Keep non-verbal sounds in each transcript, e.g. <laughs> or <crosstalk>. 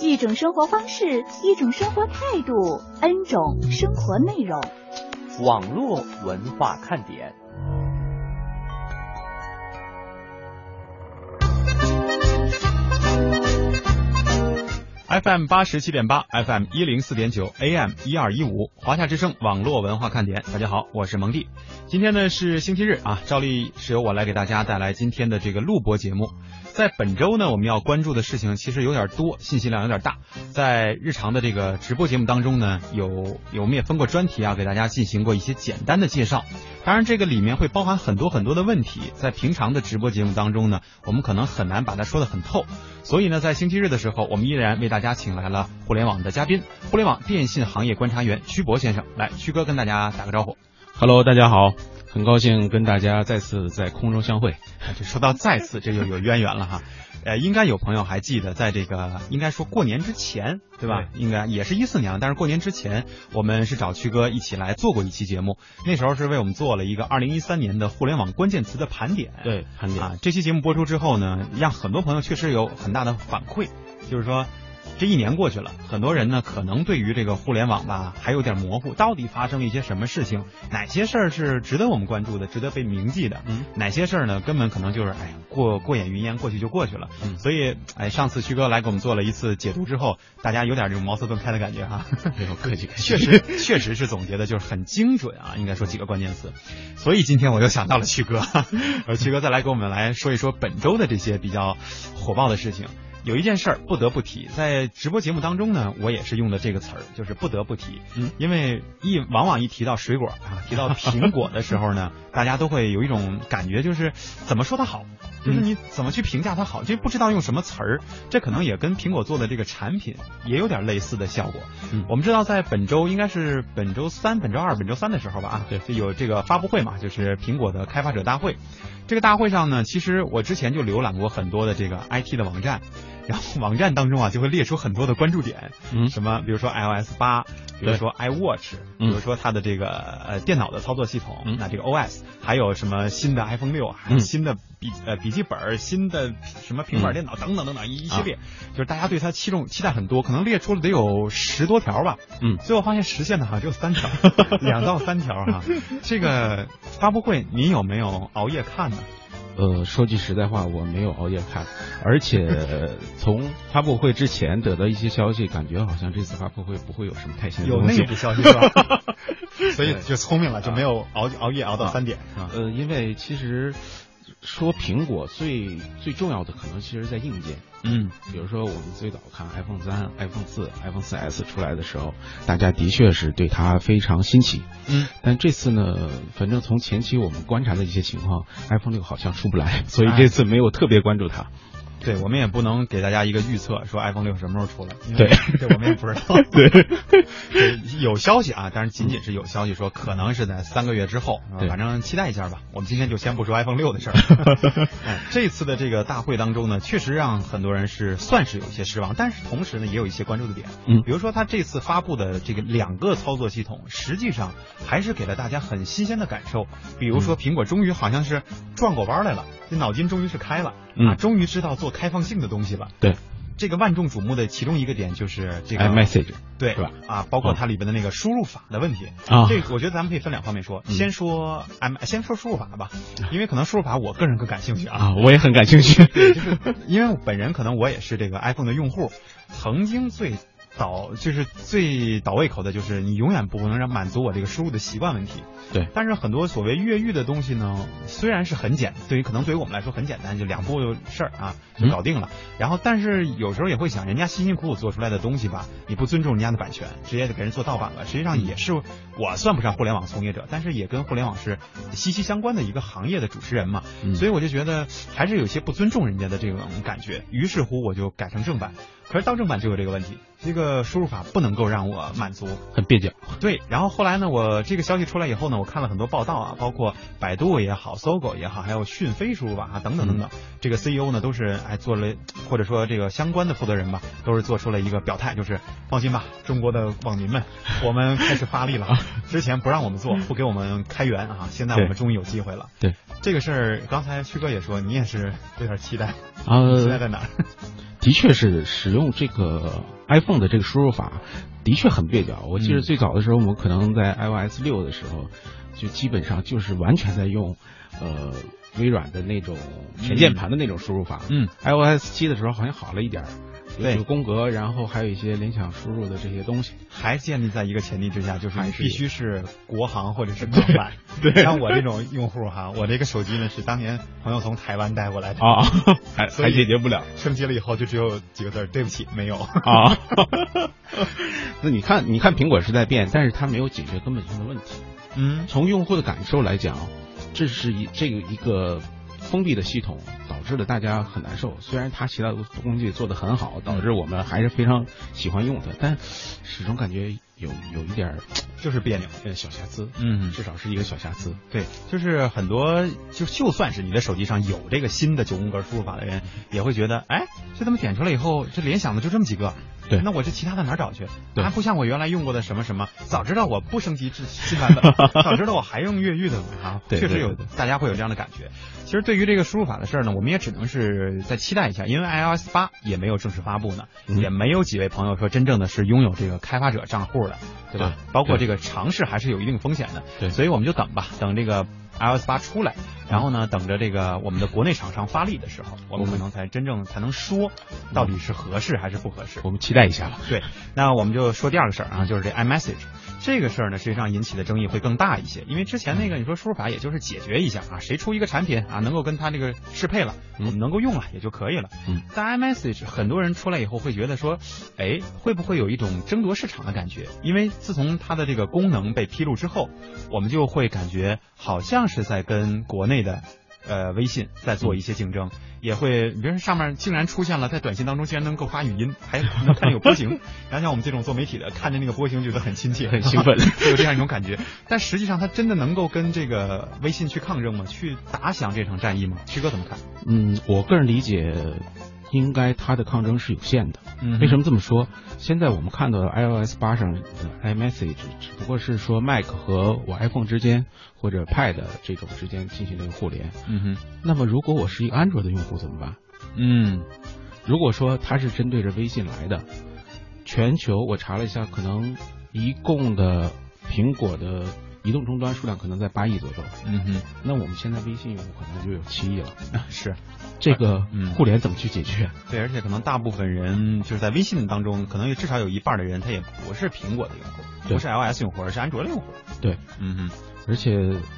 一种生活方式，一种生活态度，N 种生活内容。网络文化看点。 FM 八十七点八，FM 一零四点九，AM 一二一五，华夏之声网络文化看点。大家好，我是蒙蒂。今天呢是星期日啊，照例是由我来给大家带来今天的这个录播节目。在本周呢，我们要关注的事情其实有点多，信息量有点大。在日常的这个直播节目当中呢，有有我们也分过专题啊，给大家进行过一些简单的介绍。当然，这个里面会包含很多很多的问题，在平常的直播节目当中呢，我们可能很难把它说得很透。所以呢，在星期日的时候，我们依然为大家请来了互联网的嘉宾，互联网电信行业观察员曲博先生。来，曲哥跟大家打个招呼。 Hello，大家好，很高兴跟大家再次在空中相会。啊这说到再次，这就有渊源了哈。呃，应该有朋友还记得，在这个应该说过年之前，对吧？应该也是一四年了，但是过年之前，我们是找曲哥一起来做过一期节目，那时候是为我们做了一个二零一三年的互联网关键词的盘点。对，盘点、啊，这期节目播出之后呢，让很多朋友确实有很大的反馈，就是说。这一年过去了，很多人呢可能对于这个互联网吧还有点模糊，到底发生了一些什么事情，哪些事儿是值得我们关注的，值得被铭记的，嗯，哪些事儿呢根本可能就是哎呀过过眼云烟，过去就过去了。嗯所以哎，上次徐哥来给我们做了一次解读之后，大家有点这种茅塞顿开的感觉哈、没有客气，客气 <laughs> 确实，确实是总结的，就是很精准啊，应该说几个关键词。所以今天我又想到了曲哥， <laughs> 呃，曲哥再来给我们来说一说本周的这些比较火爆的事情。有一件事儿不得不提，在直播节目当中呢，我也是用的这个词儿，就是不得不提，嗯因为一往往一提到水果啊， <laughs> 提到苹果的时候呢，大家都会有一种感觉，就是怎么说它好，嗯就是你怎么去评价它好，就不知道用什么词儿，这可能也跟苹果做的这个产品也有点类似的效果。嗯我们知道，在本周应该是本周三、本周二、本周三的时候吧啊，对就有这个发布会嘛，就是苹果的开发者大会。这个大会上呢，其实我之前就浏览过很多的这个 IT 的网站，然后网站当中啊就会列出很多的关注点，嗯什么比如说 iOS 八，比如对说 iWatch，比嗯如说它的这个呃电脑的操作系统，嗯那这个 OS，还有什么新的 iPhone 六啊，嗯新的笔呃笔记本、新的什么平板嗯电脑等等等等一一系列，就是大家对它期中期待很多，可能列出了得有十多条吧。嗯最后发现实现的好像只有三 <laughs> 条，两到三条哈、这个发布会您有没有熬夜看呢？呃，说句实在话，我没有熬夜看，而且呃从发布会之前得到一些消息，感觉好像这次发布会不会有什么太新的有东西内。部消息是吧？ <laughs> 所以对就聪明了，就没有熬熬夜熬到三点啊。呃，因为其实说苹果最最重要的，可能其实在硬件。嗯比如说，我们最早看 iPhone 三、iPhone 四、iPhone 四 S 出来的时候，大家的确是对它非常新奇。嗯，但这次呢，反正从前期我们观察的一些情况，iPhone 六好像出不来，所以哎这次没有特别关注它。 <laughs> 对，我们也不能给大家一个预测，说 iPhone 六什么时候出来。因为对，这我们也不知道。对，对，有消息啊，但是仅仅是有消息说可能是在三个月之后，啊对反正期待一下吧。我们今天就先不说 iPhone 六的事 <laughs> 儿。哎，这次的这个大会当中呢，确实让很多人是算是有一些失望，但是同时呢，也有一些关注的点。嗯比如说他这次发布的这个两个操作系统，实际上还是给了大家很新鲜的感受。比如嗯说苹果终于好像是转过弯儿来了，这脑筋终于是开了、啊，嗯终于知道做开放性的东西了。对这个万众瞩目的其中一个点就是这个 iMessage 对是吧？嗯啊，包括它里边的那个输入法的问题。啊嗯这个我觉得咱们可以分两方面说，先说 M，先说输入法吧，因为可能输入法我个人更感兴趣啊，啊，我也很感兴趣。就是因为我本人可能我也是这个 iPhone 的用户，曾经最倒就是最倒胃口的就是你永远不能让满足我这个输入的习惯问题。对但是很多所谓越狱的东西呢，虽然是很简，对于可能对于我们来说很简单，就两步事儿啊就嗯搞定了。然后，但是有时候也会想，人家辛辛苦苦做出来的东西吧，你不尊重人家的版权，直接就给人做盗版了。实际上也是我算不上互联网从业者，但是也跟互联网是息息相关的一个行业的主持人嘛，嗯所以我就觉得还是有些不尊重人家的这种感觉。于是乎，我就改成正版。可是当正版就有这个问题，这个输入法不能够让我满足。 <laughs> 很蹩脚。对，然后后来呢，我这个消息出来以后呢，我看了很多报道啊，包括百度也好，搜狗也好，还有讯飞输入法啊等等等嗯等，这个 CEO 呢都是哎做了，或者说这个相关的负责人吧，都是做出了一个表态，就是放心吧，中国的网 <laughs> 民们，我们开始发力了啊，之前不让我们做，不给我们开源啊，现在我们嗯对终于有机会了。对，这个事儿刚才旭哥也说，你也是有点期待，期待呃，在 <laughs> 哪儿？的确是使用这个 iPhone 的这个输入法，的确很蹩脚。我记得嗯最早的时候，我们可能在 iOS 六的时候，就基本上就是完全在用，呃。微软的那种全键盘的那种输入法，嗯，iOS 七的时候好像好了一点儿，有对几个宫格，然后还有一些联想输入的这些东西。还建立在一个前提之下，就是还你是必须是国行或者是港版。对，像我这种用户哈， <laughs> 我这个手机呢是当年朋友从台湾带过来的， <laughs> 啊，还所以还解决不了升级了以后就只有几个字儿，对不起，没有。啊。 <laughs> 那你看，你看苹果是在变，但是它没有解决根本性的问题。嗯，从用户的感受来讲，这是一这个一个封闭的系统导致了大家很难受。虽然它其他的工具做得很好，导致我们还是非常喜欢用它，但始终感觉有有一点儿 <laughs> 就是别扭。呃小瑕疵，嗯至少是一个小瑕疵。对，就是很多就就算是你的手机上有这个新的九宫格输入法的人，也会觉得，哎，这他妈点出来以后，这联想的就这么几个，对那我这其他的哪儿找去？对还不像我原来用过的什么什么，早知道我不升级至新版 <laughs> 本，早知道我还用越狱的啊，对确实对有对，大家会有这样的感觉。其实对于这个输入法的事儿呢，我们也只能是再期待一下，因为 iOS 八也没有正式发布呢，嗯也没有几位朋友说真正的是拥有这个开发者账户的，对吧？对包括对这个尝试还是有一定风险的，对所以我们就等吧，等这个 iOS 八出来，然后呢，等着这个我们的国内厂商发力的时候，我嗯们可能才真正才能说到底是合适还是不合适。我们期待一下吧。对，那我们就说第二个事儿啊，就是这 iMessage 这个事儿呢，实际上引起的争议会更大一些，因为之前那个你说输入法也就是解决一下啊，谁出一个产品啊，能够跟它这个适配了，我嗯们能够用了也就可以了。嗯，但 iMessage 很多人出来以后会觉得说，哎，会不会有一种争夺市场的感觉？因为自从它的这个功能被披露之后，我们就会感觉好像是在跟国内的。呃，微信在做一些竞争，也会，比如说上面竟然出现了，在短信当中竟然能够发语音，还能看见有波形，然后像我们这种做媒体的，看着那个波形觉得很亲切，很兴 <laughs> 奋会有这样一种感觉。但实际上，它真的能够跟这个微信去抗争吗？去打响这场战役吗？曲哥怎么看？嗯，我个人理解，应该它的抗争是有限的。嗯为什么？么这么说？现在我们看到的 iOS 八上的 iMessage 只不过是说 Mac 和我 iPhone 之间或者 Pad 这种之间进行了一个互联。嗯那么如果我是一个安卓的用户怎么办？哼，嗯如果说它是针对着微信来的，全球我查了一下，可能一共的苹果的移动终端数量可能在八亿左右。嗯哼。那我们现在微信用户可能就有七亿了， <laughs> 是这个嗯互联怎么去解决？啊对，而且可能大部分人就是在微信当中，可能也至少有一半的人，他也不是苹果的用户，对不是 iOS 用户，而是安卓的用户。对，嗯而且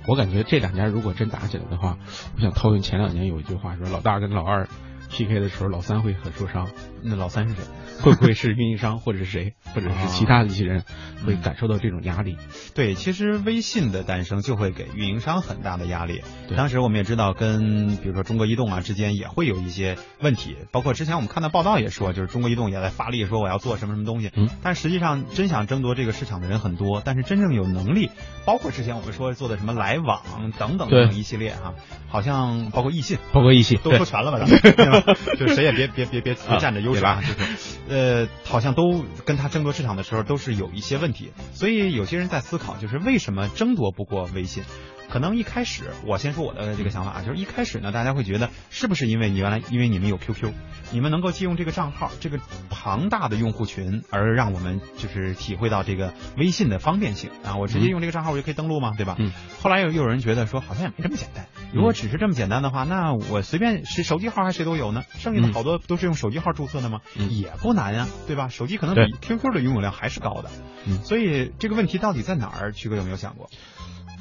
我感觉这两家如果真打起来的话，我想套用前两年有一句话说，老大跟老二 PK 的时候，老三会很受伤，哼，那老三是谁？会不会是运营商或者是谁，或者是其他的一些人会嗯感受到这种压力？对，其实微信的诞生就会给运营商很大的压力。对当时我们也知道，跟比如说中国移动啊之间也会有一些问题，包括之前我们看到报道也说，就是中国移动也在发力说我要做什么什么东西，嗯但实际上真想争夺这个市场的人很多，但是真正有能力，包括之前我们说做的什么来往等等等对等一系列哈、好像包括易信，包括一起都说全了吧，咱们对吧就谁也别别别别别占着优势啊，啊就是呃，好像都跟他争夺市场的时候都是有一些问题，所以有些人在思考，就是为什么争夺不过微信？可能一开始，我先说我的这个想法啊，就是一开始呢，大家会觉得是不是因为你原来因为你们有 QQ，你们能够借用这个账号，这个庞大的用户群，而让我们就是体会到这个微信的方便性啊，我直接用这个账号我就可以登录吗？对吧？嗯。后来又又有人觉得说，好像也没这么简单。如果只是这么简单的话，那我随便是手机号还是谁都有呢？剩下的嗯好多都是用手机号注册的吗？嗯也不难呀、对吧？手机可能比 QQ 的拥有量还是高的。嗯所以这个问题到底在哪儿？曲哥有没有想过？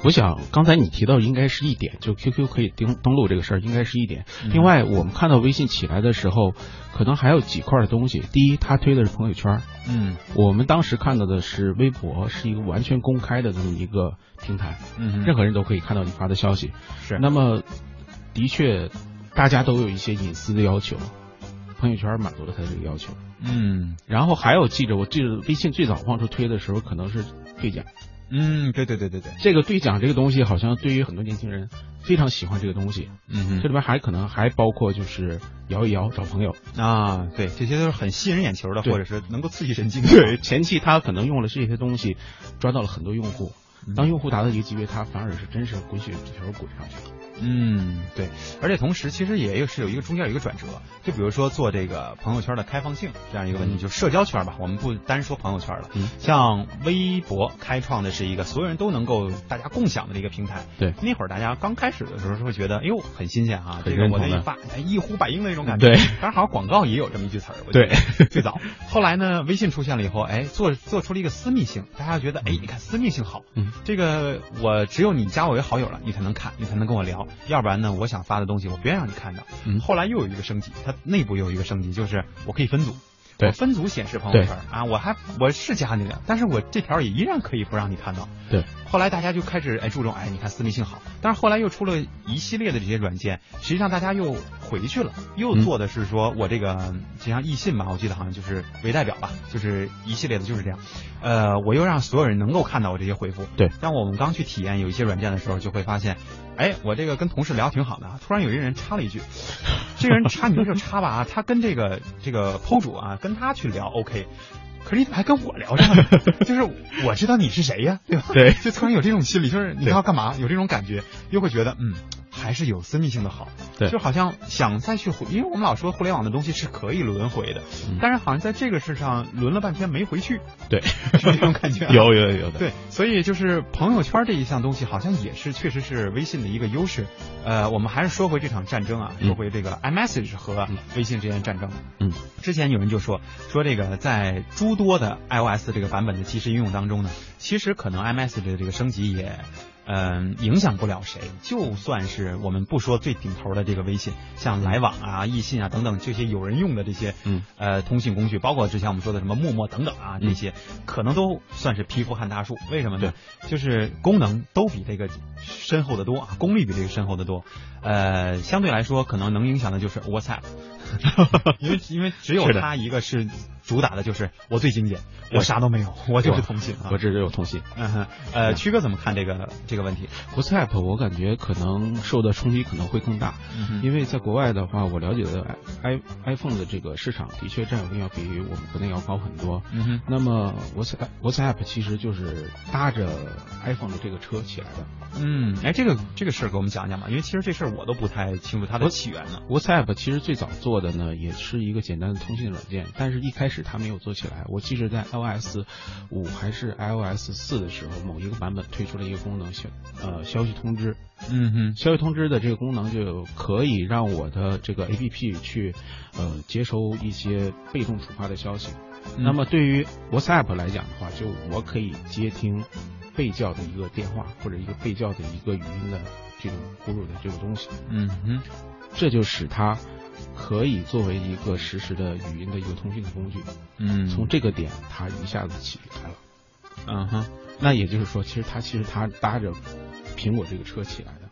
我想刚才你提到应该是一点，就 QQ 可以登登录这个事儿应该是一点。嗯另外，我们看到微信起来的时候，可能还有几块的东西。第一，它推的是朋友圈，嗯我们当时看到的是微博，是一个完全公开的这么一个平台，嗯任何人都可以看到你发的消息。是那么，的确，大家都有一些隐私的要求。朋友圈满足了他的这个要求。嗯然后还有记着，我记得微信最早往出推的时候，可能是兑奖。嗯，对对对对对，这个兑奖这个东西，好像对于很多年轻人非常喜欢这个东西。嗯这里边还可能还包括就是摇一摇找朋友。哼啊，对，这些都是很吸引人眼球的，对或者是能够刺激神经的。对，前期他可能用了这些东西，抓到了很多用户嗯。当用户达到一个级别，他反而是真是滚雪球滚上去了。嗯，对，而且同时其实也有是有一个中间有一个转折，就比如说做这个朋友圈的开放性这样一个问题，嗯就社交圈吧，我们不单说朋友圈了，嗯像微博开创的是一个所有人都能够大家共享的一个平台。对那会儿大家刚开始的时候是会觉得，哎呦很新鲜啊，很这个我认同一的发哎一呼百应的那种感觉。对，当然好像广告也有这么一句词儿，我觉得对最早。后来呢，微信出现了以后，哎，做做出了一个私密性，大家觉得，哎，你看私密性好，嗯，这个我只有你加我为好友了，你才能看，你才能跟我聊，要不然呢，我想发的东西我不愿让你看到。嗯后来又有一个升级，它内部又有一个升级，就是我可以分组。对我分组显示朋友对圈啊，我还我是加你了，但是我这条也依然可以不让你看到。对，后来大家就开始哎注重哎，你看私密性好，但是后来又出了一系列的这些软件，实际上大家又回去了，又嗯做的是说我这个就像易信吧，我记得好像就是为代表吧，就是一系列的就是这样，呃，我又让所有人能够看到我这些回复。对，当我们刚去体验有一些软件的时候，就会发现，哎，我这个跟同事聊挺好的啊，突然有一个人插了 <laughs> 一句，这个人插你说就插吧啊，他跟这个这个 PO 主啊，跟他去聊 OK。可是你怎么还跟我聊上 <laughs> 了？就是我知道你是谁呀、对吧？对就突然有这种心理，就是你要干嘛？有这种感觉，又会觉得嗯，还是有私密性的好。对就好像想再去回，因为我们老说互联网的东西是可以轮回的，嗯但是好像在这个事上轮了半天没回去，对，是这种感觉、啊。 <laughs> 有有有的。对，所以就是朋友圈这一项东西，好像也是确实是微信的一个优势。呃，我们还是说回这场战争啊，嗯说回这个 iMessage 和微信之间的战争。啊嗯，之前有人就说说这个在诸多的 iOS 这个版本的即时应用当中呢，其实可能 iMessage 的这个升级也。嗯，影响不了谁。就算是我们不说最顶头的这个微信，像来往啊、易信啊等等这些有人用的这些嗯呃通信工具，包括之前我们说的什么陌陌等等啊，这些可能都算是匹夫撼大树。为什么呢？就是功能都比这个深厚的多啊，功率比这个深厚的多。呃，相对来说，可能能影响的就是 <laughs> WhatsApp，因为因为只有是的它一个是主打的，就是我最精简，我啥都没有，我就是通信啊我。这只有通信。嗯哼，呃，曲哥怎么看这个这个问题？ WhatsApp 我感觉可能受的冲击可能会更大，嗯哼因为在国外的话，我了解的 i iPhone 的这个市场的确占有率要比我们国内要高很多。嗯哼，那么 WhatsApp WhatsApp 其实就是搭着 iPhone 的这个车起来的。嗯，哎，这个这个事儿给我们讲讲吧，因为其实这事儿我都不太清楚它的起源呢。 WhatsApp 其实最早做的呢，也是一个简单的通信软件，但是一开始它没有做起来。我记着在 iOS 五还是 iOS 四的时候，某一个版本推出了一个功能，消呃消息通知。嗯哼，消息通知的这个功能就可以让我的这个 APP 去呃接收一些被动触发的消息。嗯那么对于 WhatsApp 来讲的话，就我可以接听被叫的一个电话或者一个被叫的一个语音的这种咕噜的这个东西，嗯哼，这就使它可以作为一个实时的语音的一个通讯的工具。嗯，从这个点，它一下子起来了。嗯哼，那也就是说，其实它其实它搭着苹果这个车起来的，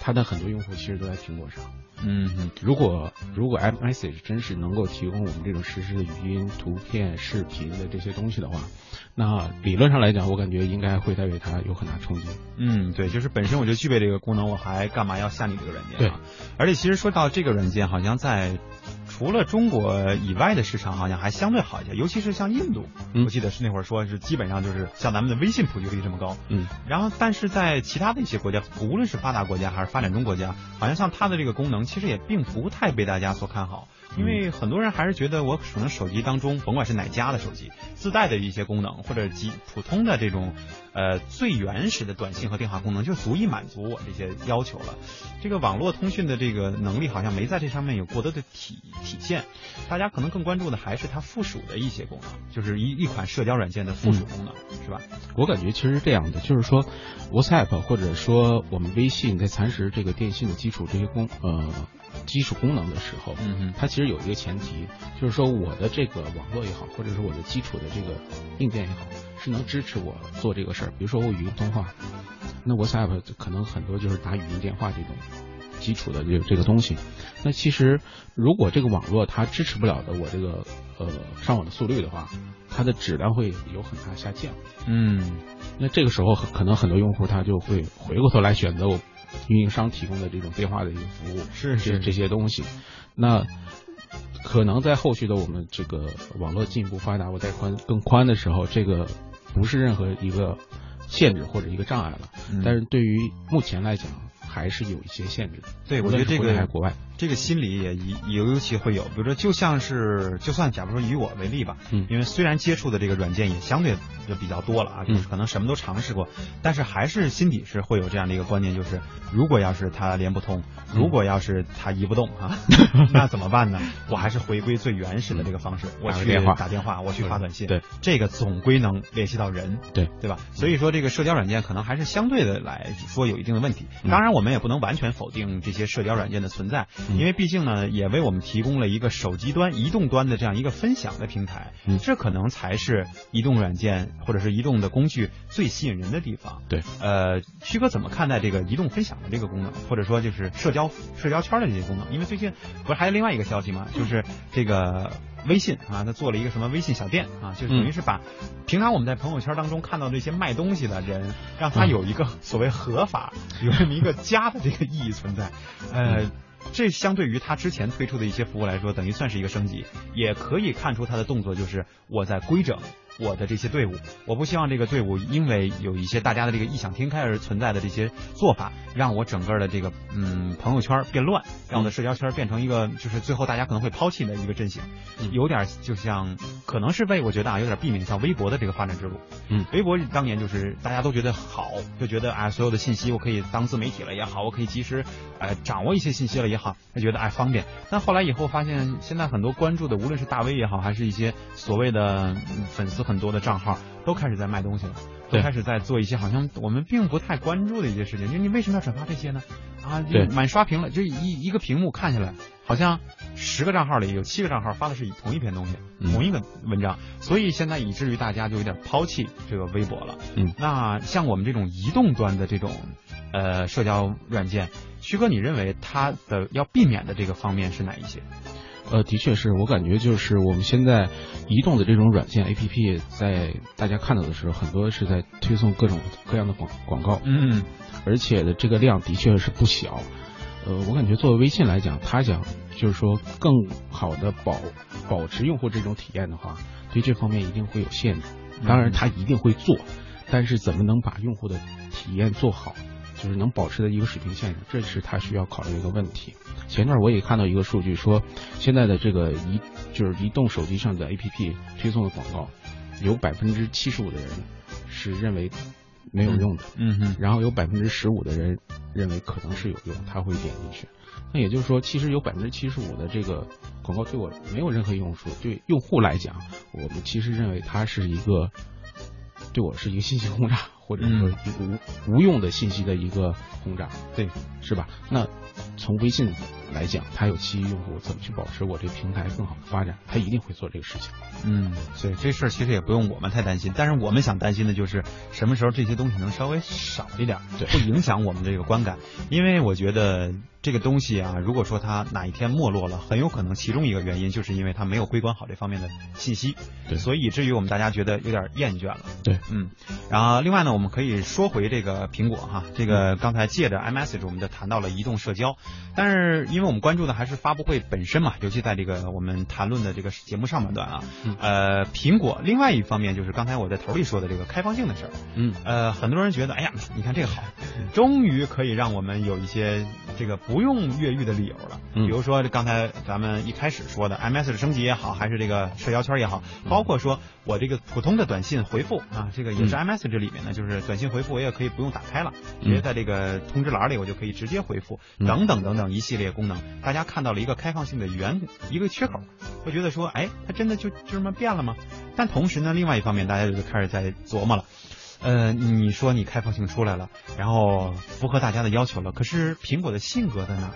它的很多用户其实都在苹果上。嗯哼，如果如果 iMessage 真是能够提供我们这种实时的语音、图片、视频的这些东西的话，那理论上来讲，我感觉应该会带给它有很大冲击。嗯，对，就是本身我就具备这个功能，我还干嘛要下你这个软件啊？而且其实说到这个软件，好像在除了中国以外的市场，好像还相对好一些，尤其是像印度，嗯我记得是那会儿说是基本上就是像咱们的微信普及率这么高。嗯，然后，但是在其他的一些国家，无论是发达国家还是发展中国家，好像像它的这个功能，其实也并不太被大家所看好。因为很多人还是觉得我可能手机当中，甭管是哪家的手机，自带的一些功能，或者极普通的这种，呃，最原始的短信和电话功能，就足以满足我这些要求了。这个网络通讯的这个能力，好像没在这上面有过多的体体现。大家可能更关注的还是它附属的一些功能，就是一一款社交软件的附属功能，是吧？我感觉其实是这样的，就是说 WhatsApp 或者说我们微信在蚕食这个电信的基础这些功呃基础功能的时候，嗯哼。它其实有一个前提，就是说我的这个网络也好，或者是我的基础的这个硬件也好，是能支持我做这个事儿。比如说我语音通话，那 WhatsApp 可能很多就是打语音电话这种，基础的这个这个东西。那其实如果这个网络它支持不了的我这个呃上网的速率的话，它的质量会有很大下降。嗯，那这个时候很可能很多用户他就会回过头来选择我运营商提供的这种对话的一个服务，是这是这些东西。那可能在后续的我们这个网络进一步发达，我带宽更宽的时候，这个不是任何一个限制或者一个障碍了。嗯但是对于目前来讲，还是有一些限制的。对无我觉得论这是国个内还是国外，这个心理也一尤其会有，比如说，就像是就算假如说以我为例吧，嗯因为虽然接触的这个软件也相对就比较多了啊，就是嗯可能什么都尝试过，但是还是心底是会有这样的一个观念，就是如果要是它连不通，嗯如果要是它移不动 <laughs> 啊，那怎么办呢？我还是回归最原始的这个方式，我打个去电话打电话，我去发短信，对，这个总归能联系到人，对对吧？所以说这个社交软件可能还是相对的来说有一定的问题。嗯当然，我们也不能完全否定这些社交软件的存在，嗯因为毕竟呢，也为我们提供了一个手机端、移动端的这样一个分享的平台嗯。这可能才是移动软件或者是移动的工具最吸引人的地方。对，呃，旭哥怎么看待这个移动分享的这个功能，或者说就是社交社交圈的这些功能？因为最近不是还有另外一个消息吗？就是这个微信啊，它做了一个什么微信小店啊，就是等于是把平常我们在朋友圈当中看到这些卖东西的人，让他有一个所谓合法，有这么一个家的这个意义存在。呃，这相对于他之前推出的一些服务来说，等于算是一个升级。也可以看出他的动作就是我在规整我的这些队伍，我不希望这个队伍因为有一些大家的这个异想天开而存在的这些做法，让我整个的这个嗯朋友圈变乱，让我的社交圈变成一个就是最后大家可能会抛弃的一个阵型，嗯有点就像可能是为我觉得啊有点避免像微博的这个发展之路。嗯微博当年就是大家都觉得好，就觉得啊、所有的信息我可以当自媒体了也好，我可以及时呃掌握一些信息了也好，他觉得哎方便。但后来以后发现，现在很多关注的，无论是大 V 也好，还是一些所谓的嗯粉丝很多的账号，都开始在卖东西了。都对开始在做一些好像我们并不太关注的一些事情，就你为什么要转发这些呢？啊，就对满刷屏了，就一一个屏幕看下来，好像十个账号里有七个账号发的是同一篇东西，嗯同一个文章，所以现在以至于大家就有点抛弃这个微博了。嗯，那像我们这种移动端的这种呃社交软件，徐哥，你认为它的要避免的这个方面是哪一些？呃，的确是我感觉就是我们现在移动的这种软件 APP，在大家看到的时候，很多是在推送各种各样的广广告，嗯而且的这个量的确是不小。呃，我感觉作为微信来讲，它想就是说更好的保保持用户这种体验的话，对这方面一定会有限制。当然，它一定会做，但是怎么能把用户的体验做好，就是能保持在一个水平线上，这是它需要考虑的一个问题。前段我也看到一个数据说，现在的这个移就是移动手机上的 APP 推送的广告，有百分之七十五的人是认为没有用的。嗯哼，然后有百分之十五的人认为可能是有用，他会点进去。那也就是说，其实有百分之七十五的这个广告对我没有任何用处。对用户来讲，我们其实认为它是一个对我是一个信息轰炸， <laughs> 或者说嗯一个无无用的信息的一个轰炸，对，是吧？那从微信来讲，它有其用户怎么去保持我这平台更好的发展，它一定会做这个事情。嗯，对，这事儿其实也不用我们太担心，但是我们想担心的就是什么时候这些东西能稍微少一点儿，对不影响我们这个观感。因为我觉得这个东西啊，如果说它哪一天没落了，很有可能其中一个原因就是因为它没有归管好这方面的信息，对所以以至于我们大家觉得有点厌倦了。对，嗯，然后另外呢，我们可以说回这个苹果哈，这嗯个刚才借着 iMessage 我们就谈到了移动社交，但是因为我们关注的还是发布会本身嘛，尤其在这个我们谈论的这个节目上半段啊，嗯呃，苹果另外一方面就是刚才我在头里说的这个开放性的事儿，嗯，呃，很多人觉得，哎呀，你看这个好，终于可以让我们有一些这个不用越狱的理由了。嗯比如说刚才咱们一开始说的 iMessage 升级也好，还是这个社交圈也好，包括说我这个普通的短信回复啊，这个也是 iMessage 里面呢，就是短信回复我也可以不用打开了，直接在这个通知栏里我就可以直接回复，嗯等等等等一系列功能，大家看到了一个开放性的圆一个缺口，会觉得说，哎，它真的就就这么变了吗？但同时呢，另外一方面，大家就开始在琢磨了。呃，你说你开放性出来了，然后符合大家的要求了，可是苹果的性格在哪呢？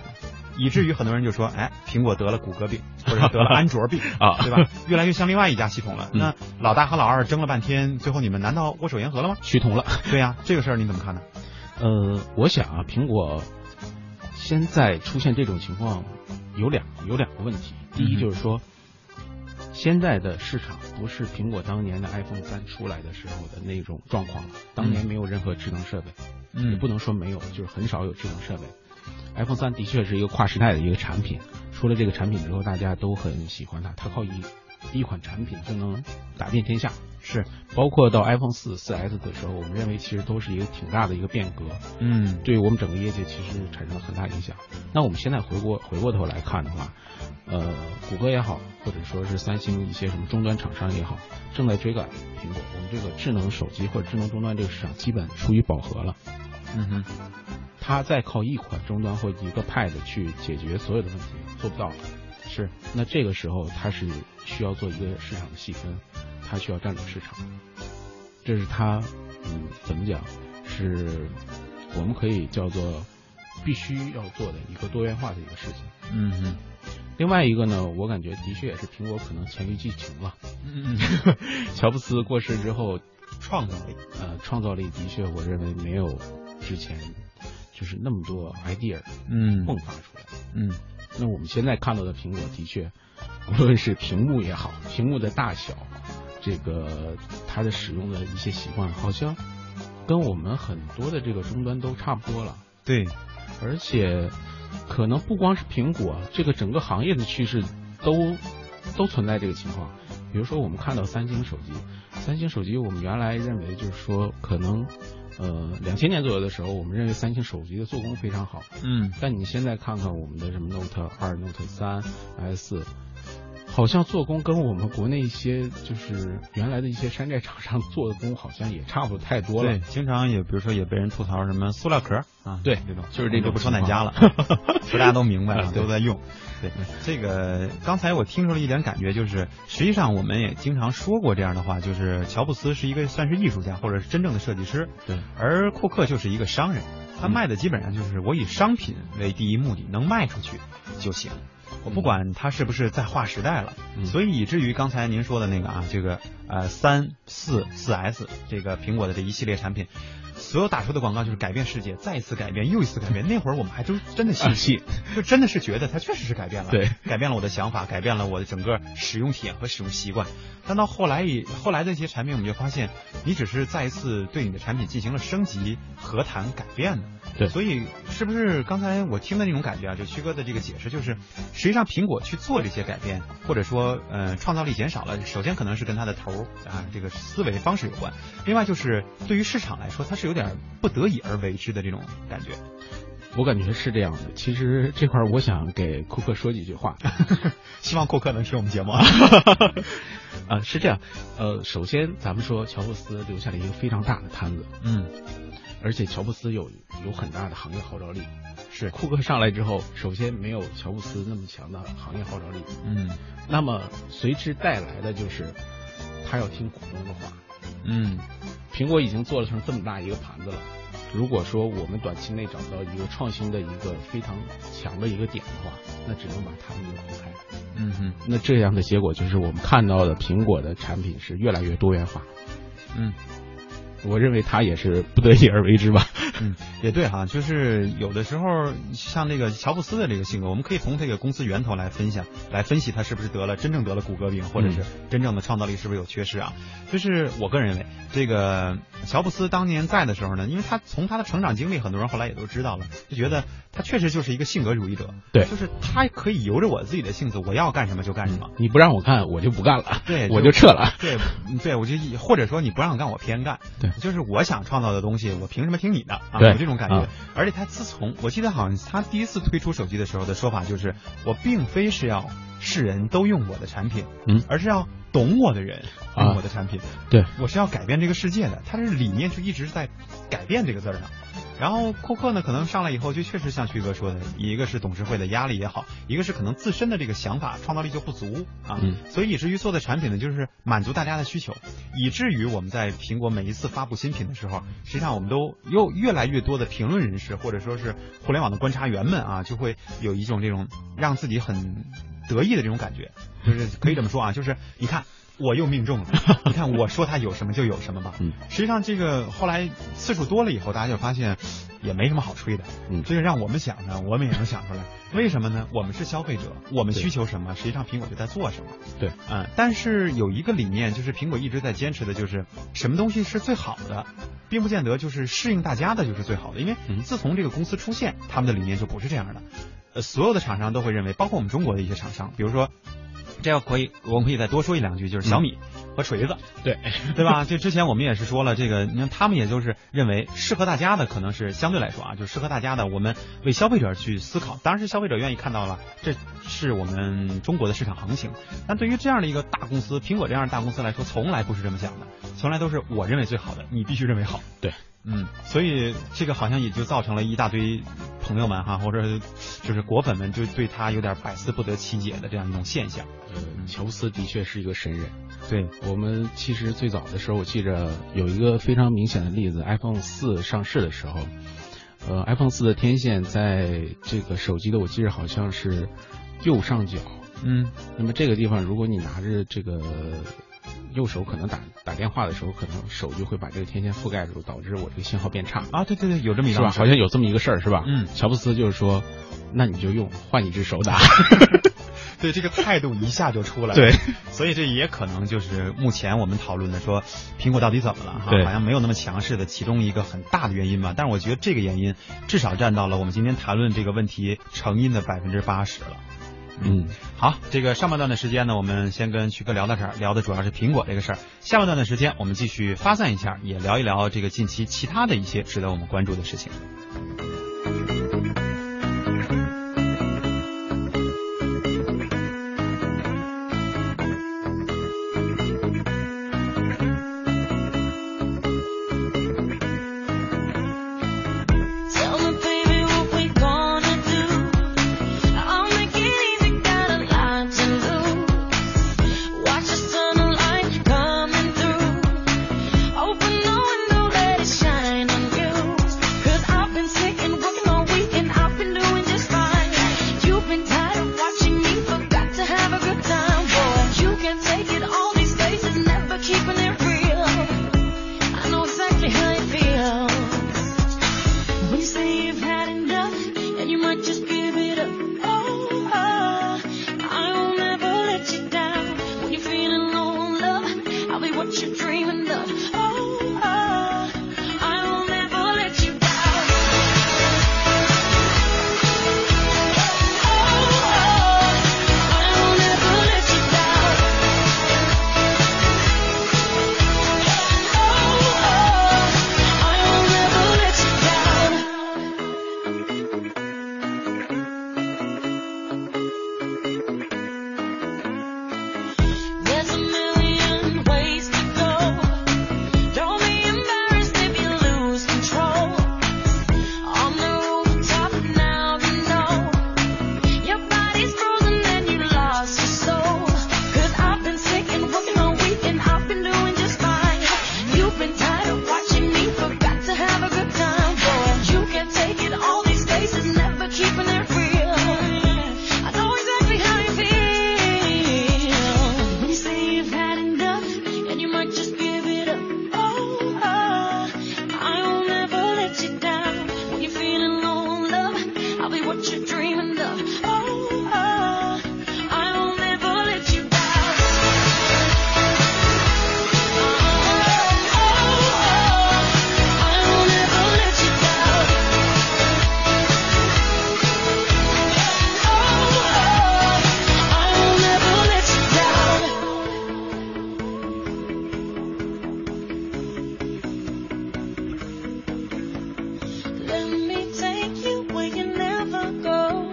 以至于很多人就说，哎，苹果得了谷歌 <laughs> 病，或者得了安卓病啊对吧？越来越像另外一家系统了。嗯那老大和老二争了半天，最后你们难道握手言和了吗？趋同了。对呀、这个事儿你怎么看呢？呃，我想啊，苹果现在出现这种情况有两有两个问题，第一就是说。现在的市场不是苹果当年的 iPhone 三出来的时候的那种状况了，当年没有任何智能设备，也嗯不能说没有，就是很少有智能设备。iPhone 三的确是一个跨时代的一个产品，出了这个产品之后，大家都很喜欢它，它靠一一款产品就能打遍天下。是，包括到 iPhone 四、四 S 的时候，我们认为其实都是一个挺大的一个变革，嗯对于我们整个业界其实产生了很大影响。那我们现在回过回过头来看的话，呃，谷歌也好，或者说是三星一些什么终端厂商也好，正在追赶苹果。我们这个智能手机或者智能终端这个市场基本处于饱和了。嗯哼它再靠一款终端或一个 Pad 去解决所有的问题，做不到。是，那这个时候它是需要做一个市场的细分，它需要占领市场，这是它，嗯，怎么讲，是我们可以叫做必须要做的一个多元化的一个事情。嗯哼另外一个呢，我感觉的确也是苹果可能黔驴技穷了。嗯嗯， <laughs> 乔布斯过世之后，创造力，呃，创造力的确我认为没有之前就是那么多 idea 嗯迸发出来。嗯那我们现在看到的苹果的确，无论是屏幕也好，屏幕的大小，这个它的使用的一些习惯，好像跟我们很多的这个终端都差不多了。对，而且，可能不光是苹果，啊这个整个行业的趋势都都存在这个情况。比如说，我们看到三星手机，三星手机我们原来认为就是说可能。呃，两千年左右的时候，我们认为三星手机的做工非常好，嗯但你现在看看我们的什么 Note 二、Note 三、S，好像做工跟我们国内一些就是原来的一些山寨厂商做的工好像也差不太多了对，。经常也比如说也被人吐槽什么塑料壳儿啊，对这种就是这种我不说哪情家况 <laughs> 了，其实大家都明白了，啊对都在用。 <laughs> 对，这个刚才我听出了一点感觉，就是实际上我们也经常说过这样的话，就是乔布斯是一个算是艺术家或者是真正的设计师，对，而库克就是一个商人，嗯他卖的基本上就是我以商品为第一目的，能卖出去就行。我不管他是不是在划时代了，嗯所以以至于刚才您说的那个啊，这个呃三四四 S 这个苹果的这一系列产品，所有打出的广告就是改变世界，再一次改变，又一次改变。那会儿我们还都真的信信，就真的是觉得它确实是改变了，啊对，改变了我的想法，改变了我的整个使用体验和使用习惯。但到后来以后来的一些产品，我们就发现，你只是再一次对你的产品进行了升级、和谈、改变的。对所以是不是刚才我听的那种感觉啊？就曲哥的这个解释，就是实际上苹果去做这些改变，或者说呃创造力减少了，首先可能是跟它的头儿啊这个思维方式有关，另外就是对于市场来说，它是有点不得已而为之的这种感觉。我感觉是这样的。其实这块儿我想给库克说几句话。希望库克能听我们节目啊。 <laughs> 啊，是这样，呃，首先咱们说乔布斯留下了一个非常大的摊子，嗯，而且乔布斯有有很大的行业号召力。是，库克上来之后，首先没有乔布斯那么强的行业号召力，嗯那么随之带来的就是，他要听股东的话。嗯苹果已经做了成这么大一个盘子了，如果说我们短期内找不到一个创新的一个非常强的一个点的话，那只能把他们给轰开。嗯哼那这样的结果就是我们看到的苹果的产品是越来越多元化。嗯。我认为他也是不得已而为 <laughs> 之吧。嗯，也对哈、就是有的时候像这个乔布斯的这个性格，我们可以从这个公司源头来分享，来分析他是不是得了真正得了骨骼病，或者是真正的创造力是不是有缺失啊？就是我个人认为，这个乔布斯当年在的时候呢，因为他从他的成长经历，很多人后来也都知道了，就觉得他确实就是一个性格主义者，对就是他可以由着我自己的性子，我要干什么就干什么。你不让我干，我就不干了，对，我就撤了。对嗯对，我就一或者说你不让我干，我偏干。对就是我想创造的东西，我凭什么听你的啊？对有这种感觉啊。而且他自从我记得好像他第一次推出手机的时候的说法就是，我并非是要世人都用我的产品，嗯而是要懂我的人啊用我的产品。对，我是要改变这个世界的。他这理念就一直在改变这个字儿上。然后库克呢，可能上来以后就确实像旭哥说的，一个是董事会的压力也好，一个是可能自身的这个想法创造力就不足啊，嗯所以以至于做的产品呢，就是满足大家的需求，以至于我们在苹果每一次发布新品的时候，实际上我们都又越来越多的评论人士或者说是互联网的观察员们啊，就会有一种这种让自己很得意的这种感觉，就是可以这么说啊，就是你看我又命 <laughs> 中了。你看，我说他有什么就有什么吧。嗯实际上这个后来次数多了以后，大家就发现也没什么好吹的。嗯这个让我们想呢，我们也能想出来。为什么呢？我们是消费者，我们对需求什么，实际上苹果就在做什么。嗯对，嗯，但是有一个理念，就是苹果一直在坚持的，就是什么东西是最好的，并不见得就是适应大家的就是最好的。因为嗯自从这个公司出现，他们的理念就不是这样的。呃，所有的厂商都会认为，包括我们中国的一些厂商，比如说，这要可以，我们可以再多说一两句，就是小米和锤子，对， <laughs> 对吧？这之前我们也是说了，这个你看他们也就是认为适合大家的，可能是相对来说啊，就是适合大家的，我们为消费者去思考。当然是消费者愿意看到了，这是我们中国的市场行情。但对于这样的一个大公司，苹果这样的大公司来说，从来不是这么想的，从来都是我认为最好的，你必须认为好。对。嗯，所以这个好像也就造成了一大堆朋友们哈，或者就是果粉们就对他有点百思不得其解的这样一种现象。呃，乔斯的确是一个神人。对，我们其实最早的时候，我记着有一个非常明显的例子，iPhone 四上市的时候，呃，iPhone 四的天线在这个手机的，我记着好像是右上角。嗯，那么这个地方，如果你拿着这个右手可能打打电话的时候，可能手就会把这个天线覆盖住，导致我这个信号变差。啊，对对对，有这么一是档吧？事好像有这么一个事儿，是吧？嗯乔布斯就是说，那你就用换一只手打。对这个态度一下就出来了。对， <laughs> 所以这也可能就是目前我们讨论的说，苹果到底怎么了哈？对好像没有那么强势的其中一个很大的原因吧。但是我觉得这个原因至少占到了我们今天谈论这个问题成因的百分之八十了。嗯，好，这个上半段的时间呢，我们先跟徐哥聊到这儿，聊的主要是苹果这个事儿。下半段的时间，我们继续发散一下，也聊一聊这个近期其他的一些值得我们关注的事情。 Tell me, baby, what we gonna do? I'll make it easy, got a lot to lose. Watch the sunlight coming through. Open the window, let it shine on you. Cause I've been sick and working all week and I've been doing just fine. You've been tired of watching me, forgot to have a good time, boy. You can take it all these days, it's never keeping it real. I know exactly how you feel. When you say you've had enough, and you might just give it up. Oh, oh, I will never let you down. When you're feeling low on love, I'll be what you're dreaming of. Oh, oh, I will never let you down. Oh, oh, I will never let you down. Oh, oh. I will never let you down. There's a million ways to go. Don't be embarrassed if you lose control. On the rooftop now you know. Your body's frozen and you lost your soul. Cause I've been sick and working all week and I've been doing just fine. You've been tired of watching me, forgot to have a good time, boy. You can't take it all these days, it's never keeping it real. I know exactly how you feel. When you say you've had enough and you might just give it up. Oh, oh, I will never let you down. When you're feeling low on love, I'll be what you're dreaming of. Oh, oh, I will never let you down. Oh, oh, oh, I will never let you down. Oh, oh, I will never let you down. Let me take you where you never go.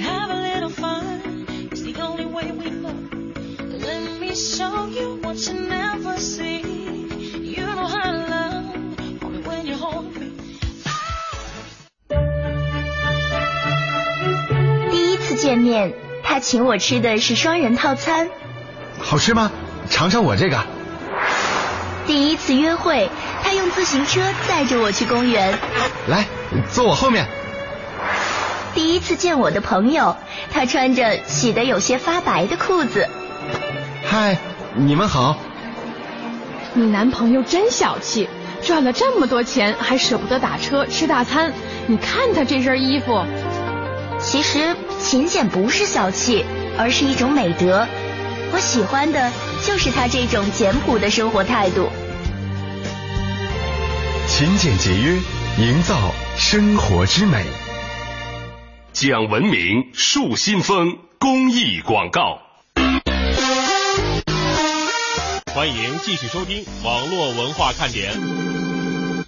Have a little fun. It's the only way we know. Let me show you what you never see. You know how to love only when you hold me. 第一次见面，他请我吃的是双人套餐；好吃吗？尝尝我这个。第一次约会，他用自行车载着我去公园；来，坐我后面。第一次见我的朋友，他穿着洗得有些发白的裤子；嗨，你们好，你男朋友真小气，赚了这么多钱还舍不得打车吃大餐。你看他这身衣服，其实勤俭不是小气，而是一种美德。我喜欢的就是他这种简朴的生活态度。勤俭节约，营造生活之美。讲文明树新风公益广告。欢迎继续收听网络文化看点。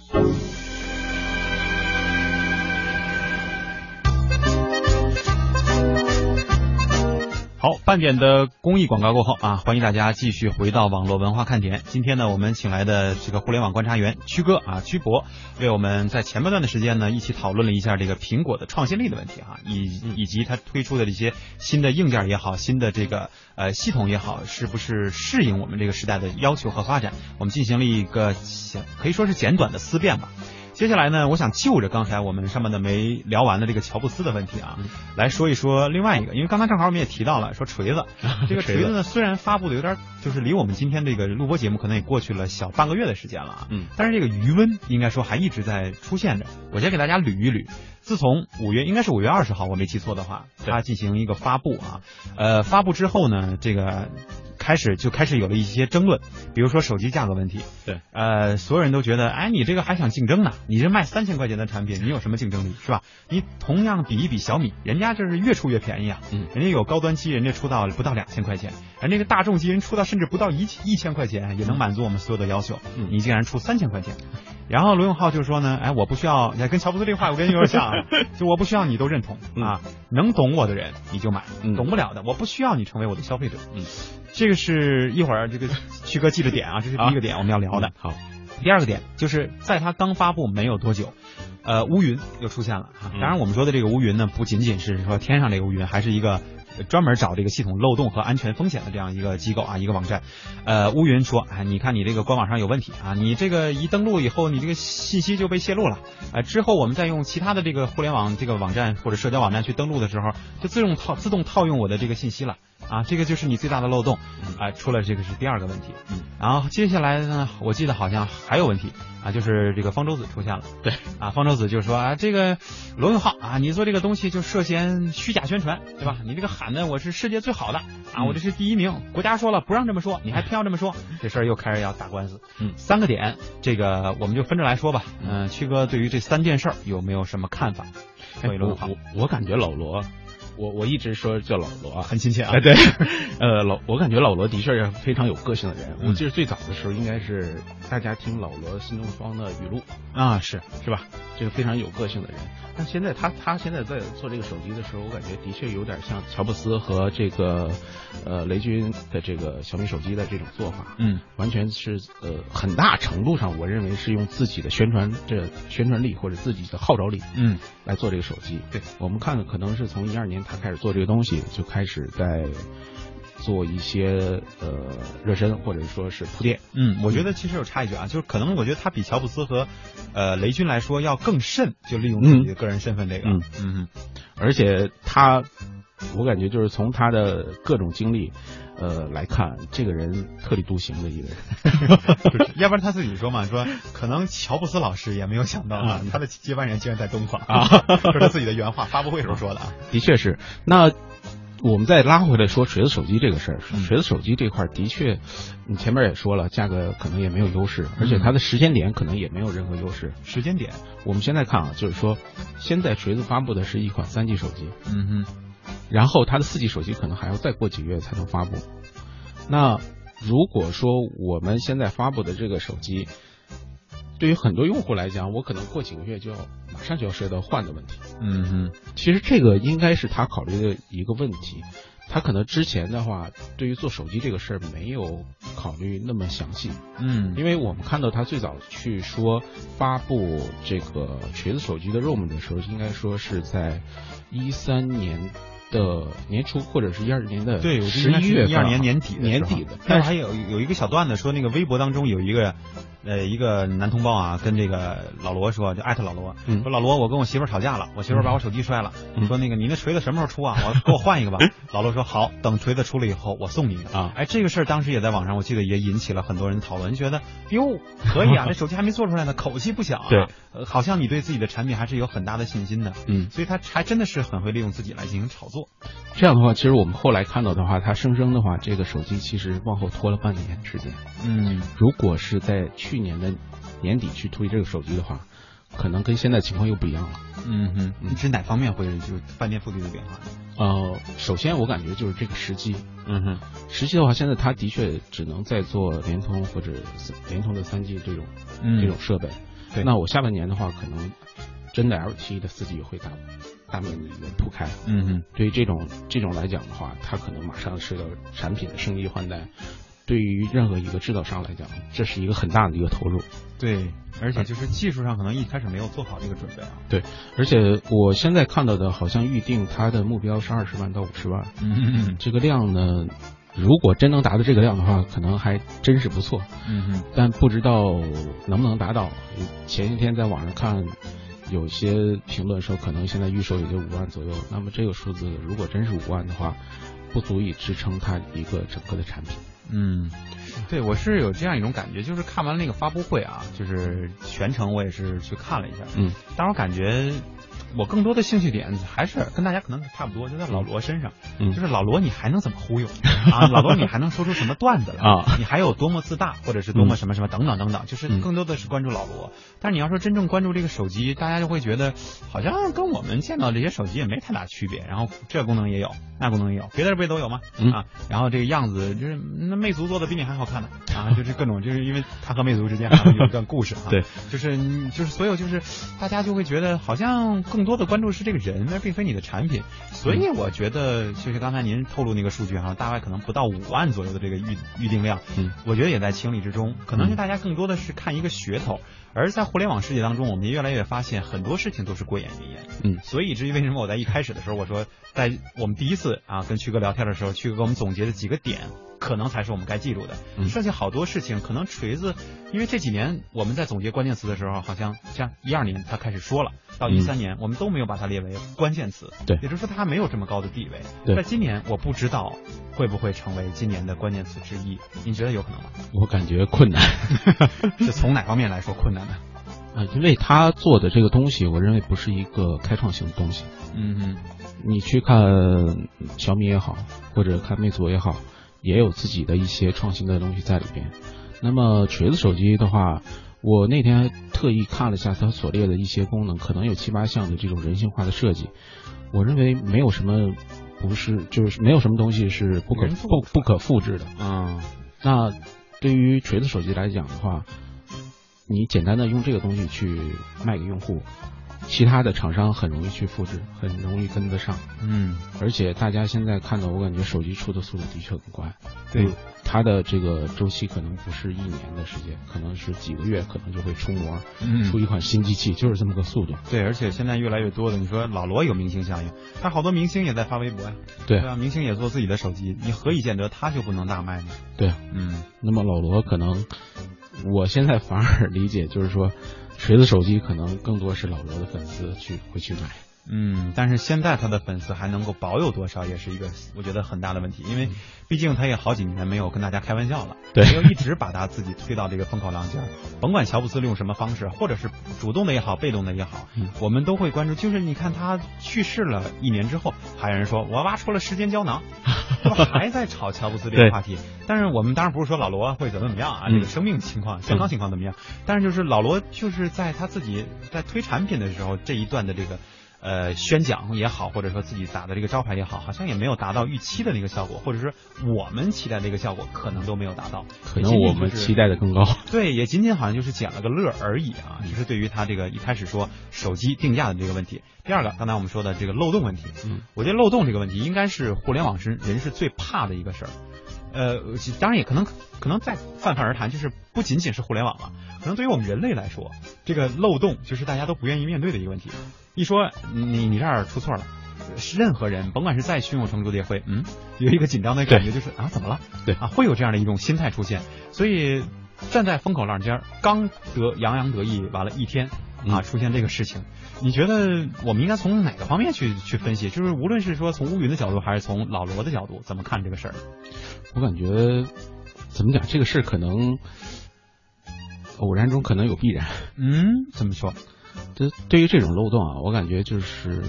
好，半点的公益广告过后啊，欢迎大家继续回到网络文化看点。今天呢，我们请来的这个互联网观察员曲哥啊，曲博，为我们在前半段的时间呢，一起讨论了一下这个苹果的创新力的问题啊，以以及它推出的这些新的硬件也好，新的这个呃系统也好，是不是适应我们这个时代的要求和发展？我们进行了一个简可以说是简短的思辨吧。接下来呢，我想就着刚才我们上半段没聊完的这个乔布斯的问题啊，来说一说另外一个，因为刚才正好我们也提到了说锤子，这个锤子呢虽然发布的有点儿就是离我们今天这个录播节目可能也过去了小半个月的时间了啊，嗯，但是这个余温应该说还一直在出现着。我先给大家捋一捋，自从五月应该是五月二十号，我没记错的话，它进行一个发布啊，呃，发布之后呢，这个开始就开始有了一些争论，比如说手机价格问题，对，呃，所有人都觉得，哎，你这个还想竞争呢？你这卖三千块钱的产品，你有什么竞争力是吧？你同样比一比小米，人家这是越出越便宜啊，嗯人家有高端机，人家出到不到两千块钱，人家这个大众机人出到甚至不到一一千块钱也能满足我们所有的要求，嗯你竟然出三千块钱，然后罗永浩就说呢，哎，我不需要，你看跟乔布斯这话我跟你有点 <laughs> 像，啊，就我不需要你都认同啊，能懂我的人你就买，嗯懂不了的我不需要你成为我的消费者，嗯，这个是一会儿这个曲哥记着点啊，这是第一个点我们要聊的。好，第二个点就是在它刚发布没有多久，呃，乌云又出现了啊。嗯当然，我们说的这个乌云呢，不仅仅是说天上这个乌云，还是一个呃专门找这个系统漏洞和安全风险的这样一个机构啊，一个网站。呃，乌云说，哎，你看你这个官网上有问题啊，你这个一登录以后，你这个信息就被泄露了。呃，之后我们再用其他的这个互联网这个网站或者社交网站去登录的时候，就自动套自动套用我的这个信息了。啊，这个就是你最大的漏洞，啊、出了这个是第二个问题，嗯，然后接下来呢，我记得好像还有问题啊，就是这个方舟子出现了，对，啊，方舟子就说啊，这个罗永浩啊，你做这个东西就涉嫌虚假宣传，对吧？你这个喊的我是世界最好的啊，我这是第一名，国家说了不让这么说，你还偏要这么说，嗯这事儿又开始要打官司，嗯三个点，这个我们就分着来说吧，嗯、曲哥对于这三件事儿有没有什么看法？哎关于罗我永浩，我我感觉老罗，我我一直说叫老罗啊，很亲切啊哎，对，呃，老我感觉老罗的确是非常有个性的人。嗯我记得最早的时候，应该是大家听老罗新东方的语录，啊是，是吧？这个非常有个性的人。但现在他他现在在做这个手机的时候，我感觉的确有点像乔布斯和这个呃雷军的这个小米手机的这种做法。嗯完全是呃很大程度上，我认为是用自己的宣传这宣传力或者自己的号召力，嗯，来做这个手机。对，我们看可能是从一二年他开始做这个东西，就开始在做一些呃热身或者说是铺垫。嗯，我觉得其实有插一句啊，就是可能我觉得他比乔布斯和呃雷军来说要更慎，就利用自己的个人身份这个。嗯嗯而且他，我感觉就是从他的各种经历，呃来看，这个人特立独行的一个人。 <laughs> 就是要不然他自己说嘛，说可能乔布斯老师也没有想到啊，他的接班人竟然在东方 <laughs> 啊，这是他自己的原话，发布会时候说的啊。的确是。那我们再拉回来说锤子手机这个事儿，嗯锤子手机这块儿的确，你前面也说了，价格可能也没有优势，而且它的时间点可能也没有任何优势。嗯时间点，我们现在看啊，就是说，现在锤子发布的是一款三 G 手机，嗯哼，然后它的四 G 手机可能还要再过几个月才能发布。那如果说我们现在发布的这个手机，对于很多用户来讲，我可能过几个月就要马上就要涉及到换的问题。嗯哼，其实这个应该是他考虑的一个问题。他可能之前的话，对于做手机这个事儿没有考虑那么详细，嗯因为我们看到他最早去说发布这个锤子手机的 ROM 的时候，应该说是在一三年的年初或者是一二年的对，我十一月份啊一二年年底的时候年底的，那会儿但是还有有一个小段子说，那个微博当中有一个呃，一个男同胞啊，跟这个老罗说，就艾特老罗，嗯说老罗，我跟我媳妇儿吵架了，我媳妇儿把我手机摔了，嗯哎说那个你那锤子什么时候出啊？我给我换一个吧。老罗说好，等锤子出了以后我送你一个啊哎，这个事儿当时也在网上，我记得也引起了很多人讨论，觉得哟可 <laughs> 以啊，这手机还没做出来呢，口气不小啊，对呃好像你对自己的产品还是有很大的信心的，嗯，所以他还真的是很会利用自己来进行炒作。这样的话，其实我们后来看到的话，它生生的话，这个手机其实往后拖了半年时间。嗯，如果是在去年的年底去推这个手机的话，可能跟现在情况又不一样了。嗯哼，你指哪方面会就是翻天覆地的变化？呃，首先我感觉就是这个时机，哦嗯哼，时机的话，现在它的确只能在做联通或者三联通的三 G 这种、嗯这种设备。对那我下半年的话，可能真的 LTE 的四 G 会大大面积的铺开。嗯哼，对于这种这种来讲的话，它可能马上是要产品的升级换代。对于任何一个制造商来讲，这是一个很大的一个投入。对，而且就是技术上可能一开始没有做好这个准备啊。而且我现在看到的，好像预定它的目标是二十万到五十万。嗯这个量呢，如果真能达到这个量的话，可能还真是不错。嗯哼，但不知道能不能达到。前一天在网上看，有些评论说可能现在预售也就五万左右。那么这个数字如果真是五万的话，不足以支撑它一个整个的产品。嗯，对我是有这样一种感觉，就是看完那个发布会啊，就是全程我也是去看了一下，嗯，但我感觉。我更多的兴趣点还是跟大家可能差不多，就在老罗身上，嗯就是老罗你还能怎么忽悠啊？老罗你还能说出什么段子来啊？你还有多么自大，或者是多么什么什么等等等等，就是嗯更多的是关注老罗。但是你要说真正关注这个手机，大家就会觉得好像跟我们见到这些手机也没太大区别，然后这功能也有，那功能也有，别的不也都有吗？嗯啊，然后这个样子就是那魅族做的比你还好看呢，啊，就是各种就是因为他和魅族之间好像有一段故事啊， <laughs> 对，就是你就是所有就是大家就会觉得好像更多的关注是这个人，而并非你的产品，所以我觉得就是刚才您透露那个数据哈、大概可能不到五万左右的这个预预定量，嗯，我觉得也在情理之中，可能是大家更多的是看一个噱头，而在互联网世界当中，我们也越来越发现很多事情都是过眼云烟。嗯所以以至于为什么我在一开始的时候我说，在我们第一次啊跟曲哥聊天的时候，曲哥给我们总结的几个点，可能才是我们该记住的。嗯剩下好多事情，可能锤子，因为这几年我们在总结关键词的时候，好像呃像一二年他开始说了，到一三年我们都没有把它列为关键词，嗯对也就是说它还没有这么高的地位。对在今年我不知道会不会成为今年的关键词之一，你觉得有可 <laughs> 能吗？我感觉困难是从哪方面来说困难呢？啊，因为他做的这个东西，我认为不是一个开创性的东西。嗯嗯你去看小米也好，或者看魅族也好，也有自己的一些创新的东西在里边。那么锤子手机的话，我那天还特意看了一下它所列的一些功能，可能有七八项的这种人性化的设计。我认为没有什么不是，就是没有什么东西是不可人做不不出来不可复制的。嗯那对于锤子手机来讲的话，你简单的用这个东西去卖给用户，其他的厂商很容易去复制，很容易跟得上。嗯，而且大家现在看到，我感觉手机出的速度的确很快，对嗯，它的这个周期可能不是一年的时间，可能是几个月，可能就会出模，嗯出一款新机器，就是这么个速度。对，而且现在越来越多的，你说老罗有明星效应，但好多明星也在发微博呀、对啊，明星也做自己的手机，你何以见得他就不能大卖呢？对，嗯那么老罗可能，我现在反而理解就是说，锤子手机可能更多是老罗的粉丝去会去买。嗯，但是现在他的粉丝还能够保有多少，也是一个我觉得很大的问题，因为毕竟他也好几年没有跟大家开玩笑了，嗯对没有一直把他自己推到这个风口浪尖儿，甭管乔布斯用什么方式，或者是主动的也好，被动的也好，嗯我们都会关注。就是你看他去世了一年之后，还有人说我挖出了时间胶 <laughs> 囊，他们还在炒乔布斯这个对话题。但是我们当然不是说老罗会怎么怎么样啊，这个嗯生命情况、健康情况怎么样，但是就是老罗就是在他自己在推产品的时候这一段的这个。呃，宣讲也好，或者说自己打的这个招牌也好，好像也没有达到预期的那个效果，或者是我们期待的一个效果，可能都没有达到。可能我们期待的更高。对，也仅仅好像就是捡了个乐儿而已啊。就是对于他这个一开始说手机定价的这个问题，第二个刚才我们说的这个漏洞问题，嗯，我觉得漏洞这个问题应该是互联网是人是最怕的一个事儿。呃，其当然也可能可能再泛泛而谈，就是不仅仅是互联网了，可能对于我们人类来说，这个漏洞就是大家都不愿意面对的一个问题。一说你你这儿出错了。是任何人，甭管是再胸有成竹的，也会嗯有一个紧张的感觉，就是啊怎么了？对啊，会有这样的一种心态出现。所以站在风口浪尖儿，刚得洋洋得意，完了一天啊，嗯出现这个事情，你觉得我们应该从哪个方面去去分析？就是无论是说从乌云的角度，还是从老罗的角度，怎么看这个事儿？我感觉怎么讲，这个事儿可能偶然中可能有必然。嗯，怎么说？这对于这种漏洞啊，我感觉就是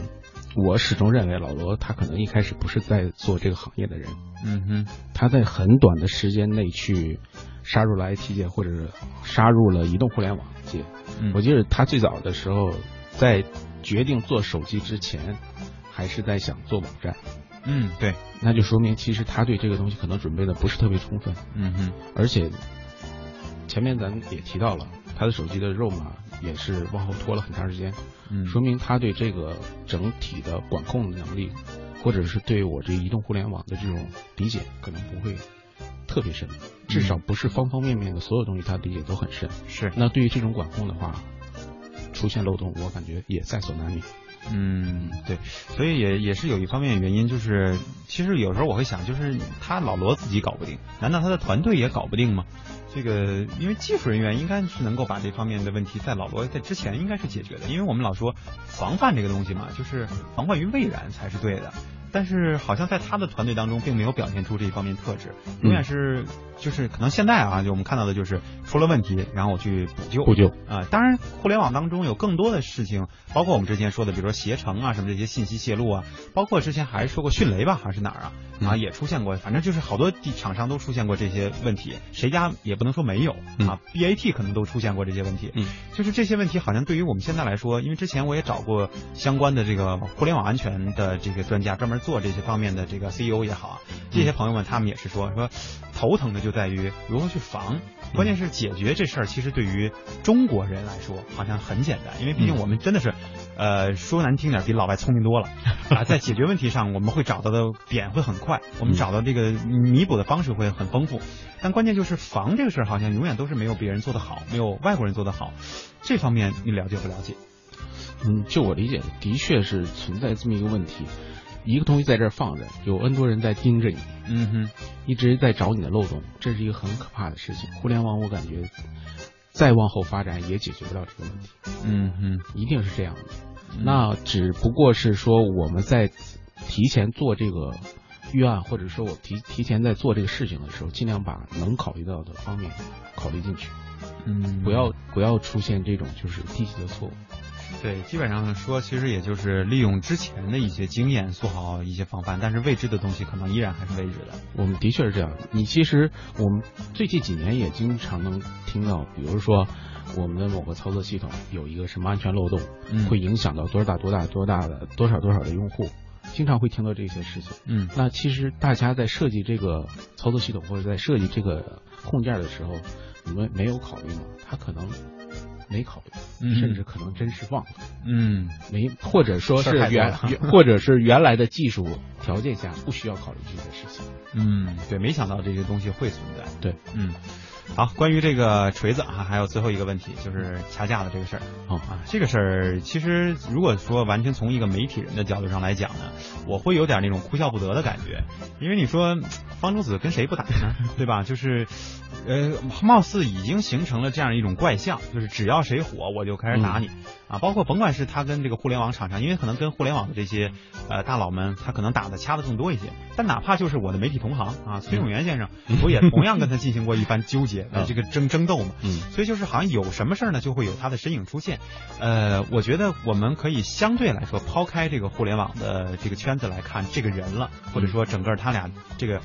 我始终认为老罗他可能一开始不是在做这个行业的人，嗯哼，他在很短的时间内去杀入了 IT 界或者杀入了移动互联网界。嗯我记得他最早的时候，在决定做手机之前，还是在想做网站，嗯，对，那就说明其实他对这个东西可能准备的不是特别充分。嗯哼，而且前面咱们也提到了，他的手机的肉麻也是往后拖了很长时间，嗯说明他对这个整体的管控能力，或者是对我这移动互联网的这种理解，可能不会特别深，至少不是方方面面的所有东西他理解都很深。是，那对于这种管控的话，出现漏洞，我感觉也在所难免。嗯，对，所以也也是有一方面原因，就是其实有时候我会想，就是他老罗自己搞不定，难道他的团队也搞不定吗？这个因为技术人员应该是能够把这方面的问题在老罗在之前应该是解决的，因为我们老说防范这个东西嘛，就是防患于未然才是对的。但是好像在他的团队当中，并没有表现出这一方面特质，永远是就是可能现在啊，就我们看到的就是出了问题，然后我去补救，补救啊、当然，互联网当中有更多的事情，包括我们之前说的，比如说携程啊，什么这些信息泄露啊，包括之前还说过迅雷吧，还是哪儿啊，啊嗯也出现过，反正就是好多地厂商都出现过这些问题，谁家也不能说没有啊，BAT 可能都出现过这些问题，嗯，就是这些问题好像对于我们现在来说，因为之前我也找过相关的这个互联网安全的这个专家，专门做这些方面的这个 CEO 也好啊，嗯这些朋友们他们也是说说头疼的就在于如何去嗯防，关键是解决这事儿。其实对于中国人来说好像很简单，因为毕嗯竟我们真的是，呃，说难听点比老外聪明多了啊，在解决问题上我们会找到的点会很快，我们找到这个弥补的方式会很丰富。但关键就是防这个事儿好像永远都是没有别人做得好，没有外国人做得好，这方面你了解不了解？嗯，就我理解，的确是存在这么一个问题，一个东西在这儿放着，有 N 多人在盯着你。嗯哼，一直在找你的漏洞，这是一个很可怕的事情。互联网我感觉再往后发展也解决不了这个问题，嗯哼，一定是这样的。嗯那只不过是说我们在提前做这个预案，或者说我提提前在做这个事情的时候，尽量把能考虑到的方面考虑进去，嗯不要不要出现这种就是低级的错误。对，基本上说，其实也就是利用之前的一些经验做好一些防范，但是未知的东西可能依然还是未知的。我们的确是这样。你其实我们最近几年也经常能听到，比如说我们的某个操作系统有一个什么安全漏洞，嗯会影响到多大多大多大的多少多少的用户，经常会听到这些事情。嗯那其实大家在设计这个操作系统或者在设计这个控件的时候，你们没有考虑吗？他可能没考虑，嗯甚至可能真是忘了。嗯没，或者说是事儿太多原了原，或者是原来的技术条件下不需要考虑这些事情。嗯，对，没想到这些东西会存在。对，嗯，好，关于这个锤子啊，还有最后一个问题就是掐架的这个事儿。好、啊，这个事儿其实如果说完全从一个媒体人的角度上来讲呢，我会有点那种哭笑不得的感觉，因为你说方舟子跟谁不打呢， <laughs> 对吧？就是，呃，貌似已经形成了这样一种怪象，就是只要谁火，我就开始打你、啊，包括甭管是他跟这个互联网厂商，因为可能跟互联网的这些呃大佬们，他可能打的掐的更多一些，但哪怕就是我的媒体同行啊，崔永元先生，我也同样跟他进行过一番纠结，呃，这个争争斗嘛，嗯所以就是好像有什么事儿呢，就会有他的身影出现。呃，我觉得我们可以相对来说抛开这个互联网的这个圈子来看这个人了，或者说整个他俩这个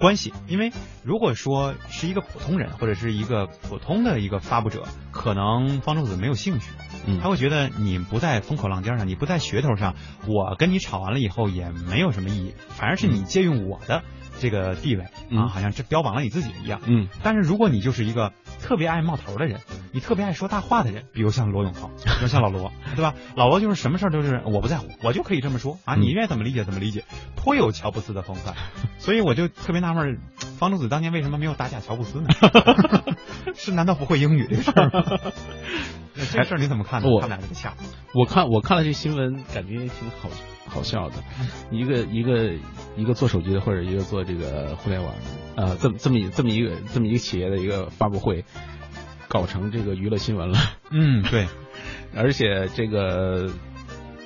关系，因为如果说是一个普通人或者是一个普通的一个发布者，可能方舟子没有兴趣，嗯他会觉得你不在风口浪尖上，你不在噱头上，我跟你吵完了以后也没有什么意义，反而是你借用我的这个地位啊，嗯好像这标榜了你自己一样。嗯，但是如果你就是一个特别爱冒头的人，你特别爱说大话的人，比如像罗永浩， <laughs> 比如像老罗，对吧？老罗就是什么事儿都是我不在乎，我就可以这么说啊，嗯 <laughs> 你愿意怎么理解怎么理解，颇有乔布斯的风范。所以我就特别纳闷儿，方舟子当年为什么没有打假乔布 <laughs> 斯呢？ <laughs> 是难道不会英语这事儿吗？那这事儿你怎么看呢？我他们俩这么巧，我看我看了这新闻，感觉挺好好笑的。一个一个一个做手机的，或者一个做这个互联网的，呃，这么这么一这么一个这么一个企业的一个发布会，搞成这个娱乐新闻了。嗯，对，而且这个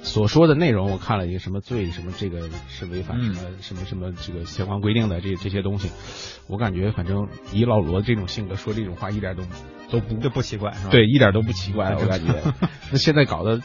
所说的内容，我看了一个什么罪什么这个是违反什么、什么什么这个相关规定的这这些东西，我感觉反正以老罗这种性格说这种话一点都都不这不奇怪是吧？对，一点都不奇 <laughs> 怪，很我感正觉。那现在搞的，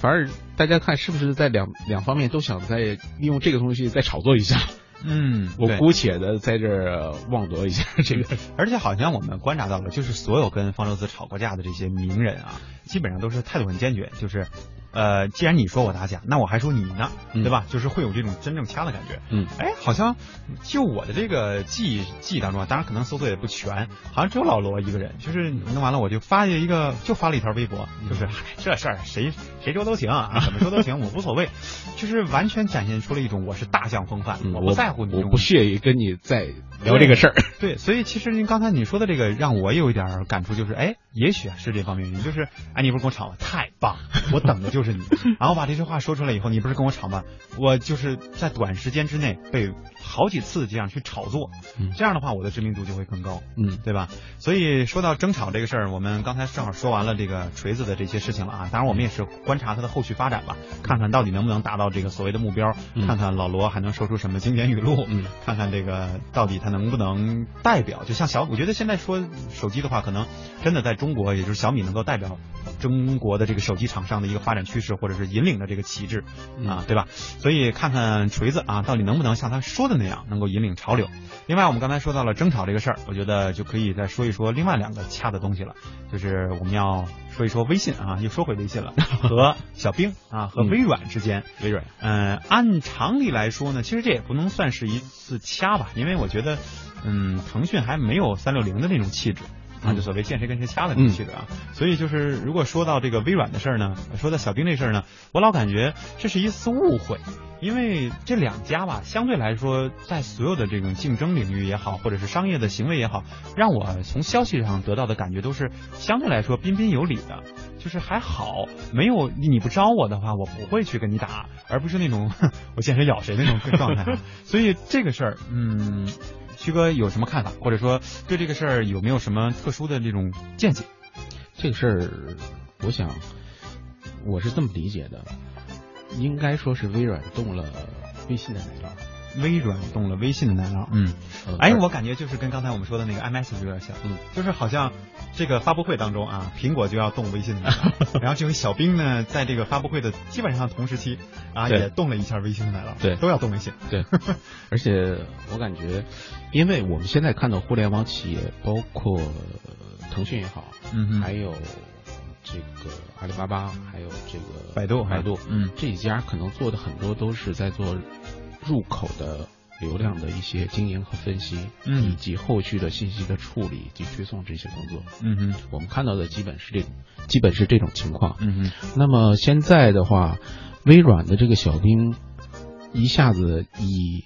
反而大家看是不是在两两方面都想再利用这个东西再炒作一下？嗯，我对姑且的在这儿妄夺一下这个。而且好像我们观察到了，就是所有跟方舟子吵过架的这些名人啊，基本上都是态度很坚决，就是，呃，既然你说我打假，那我还说你呢，嗯对吧？就是会有这种真正掐的感觉。嗯，哎，好像就我的这个记忆记忆当中啊，当然可能搜索也不全，好像只有老罗一个人，就是弄完了我就发了一个，就发了一条微博，就是、嗯哎、这事儿谁谁说都行啊，怎么说都行，我无所谓，就是完全展现出了一种我是大将风范，嗯我我不在乎你这我种不屑于跟你再聊这个事儿。 <laughs> 对，所以其实您刚才你说的这个让我有一点儿感触，就是哎，也许啊是这方面原因，就是哎，你不是跟我吵吗？太棒，我等的就是你。 <laughs> 然后把这句话说出来以后，你不是跟我吵吗？我就是在短时间之内被好几次这样去炒作嗯，这样的话我的知名度就会更高，嗯对吧？所以说到争吵这个事儿，我们刚才正好说完了这个锤子的这些事情了啊。当然，我们也是观察它的后续发展吧，看看到底能不能达到这个所谓的目标，嗯看看老罗还能说出什么经典语录。嗯，看看这个到底它能不能代表，就像小，我觉得现在说手机的话，可能真的在中国，也就是小米能够代表中国的这个手机厂商的一个发展趋势，或者是引领的这个旗帜啊，对吧？所以看看锤子啊，到底能不能像他说的那样，能够引领潮流。另外，我们刚才说到了争吵这个事儿，我觉得就可以再说一说另外两个掐的东西了，就是我们要说一说微信啊，又说回微信了，和小冰啊，和微软之间，微软，呃，按常理来说呢，其实这也不能算是一次掐吧，因为我觉得，嗯，腾讯还没有三六零的那种气质。啊，就所谓见谁跟谁掐的那种气质啊，所以就是如果说到这个微软的事儿呢，说到小冰这事儿呢，我老感觉这是一次误会，因为这两家吧，相对来说，在所有的这种竞争领域也好，或者是商业的行为也好，让我从消息上得到的感觉都是相对来说彬彬有礼的，就是还好，没有你不招我的话，我不会去跟你打，而不是那种 <laughs> 哼我见谁咬谁那种状态。 <laughs> 所以这个事儿，嗯，徐哥有什么看法，或者说对这个事儿有没有什么特殊的这种见解？这个事儿，我想我是这么理解的，应该说是微软动了微信的奶酪。微软动了微信的奶酪，嗯，呃哎，我感觉就是跟刚才我们说的那个 iMessage 有点像，嗯，就是好像这个发布会当中啊，苹果就要动微信的奶酪， <laughs> 然后这位小兵呢，在这个发布会的基本上同时期啊，对也动了一下微信的奶酪，对都要动微信，对，而且我感觉，因为我们现在看到互联网企业，包括呃腾讯也好，嗯哼还有这个阿里巴巴，还有这个百度百度，嗯这几家可能做的很多都是在做入口的流量的一些经营和分析，嗯以及后续的信息的处理及推送这些工作。嗯哼，我们看到的基本是这种，基本是这种情况。嗯哼。那么现在的话，微软的这个小兵一下子以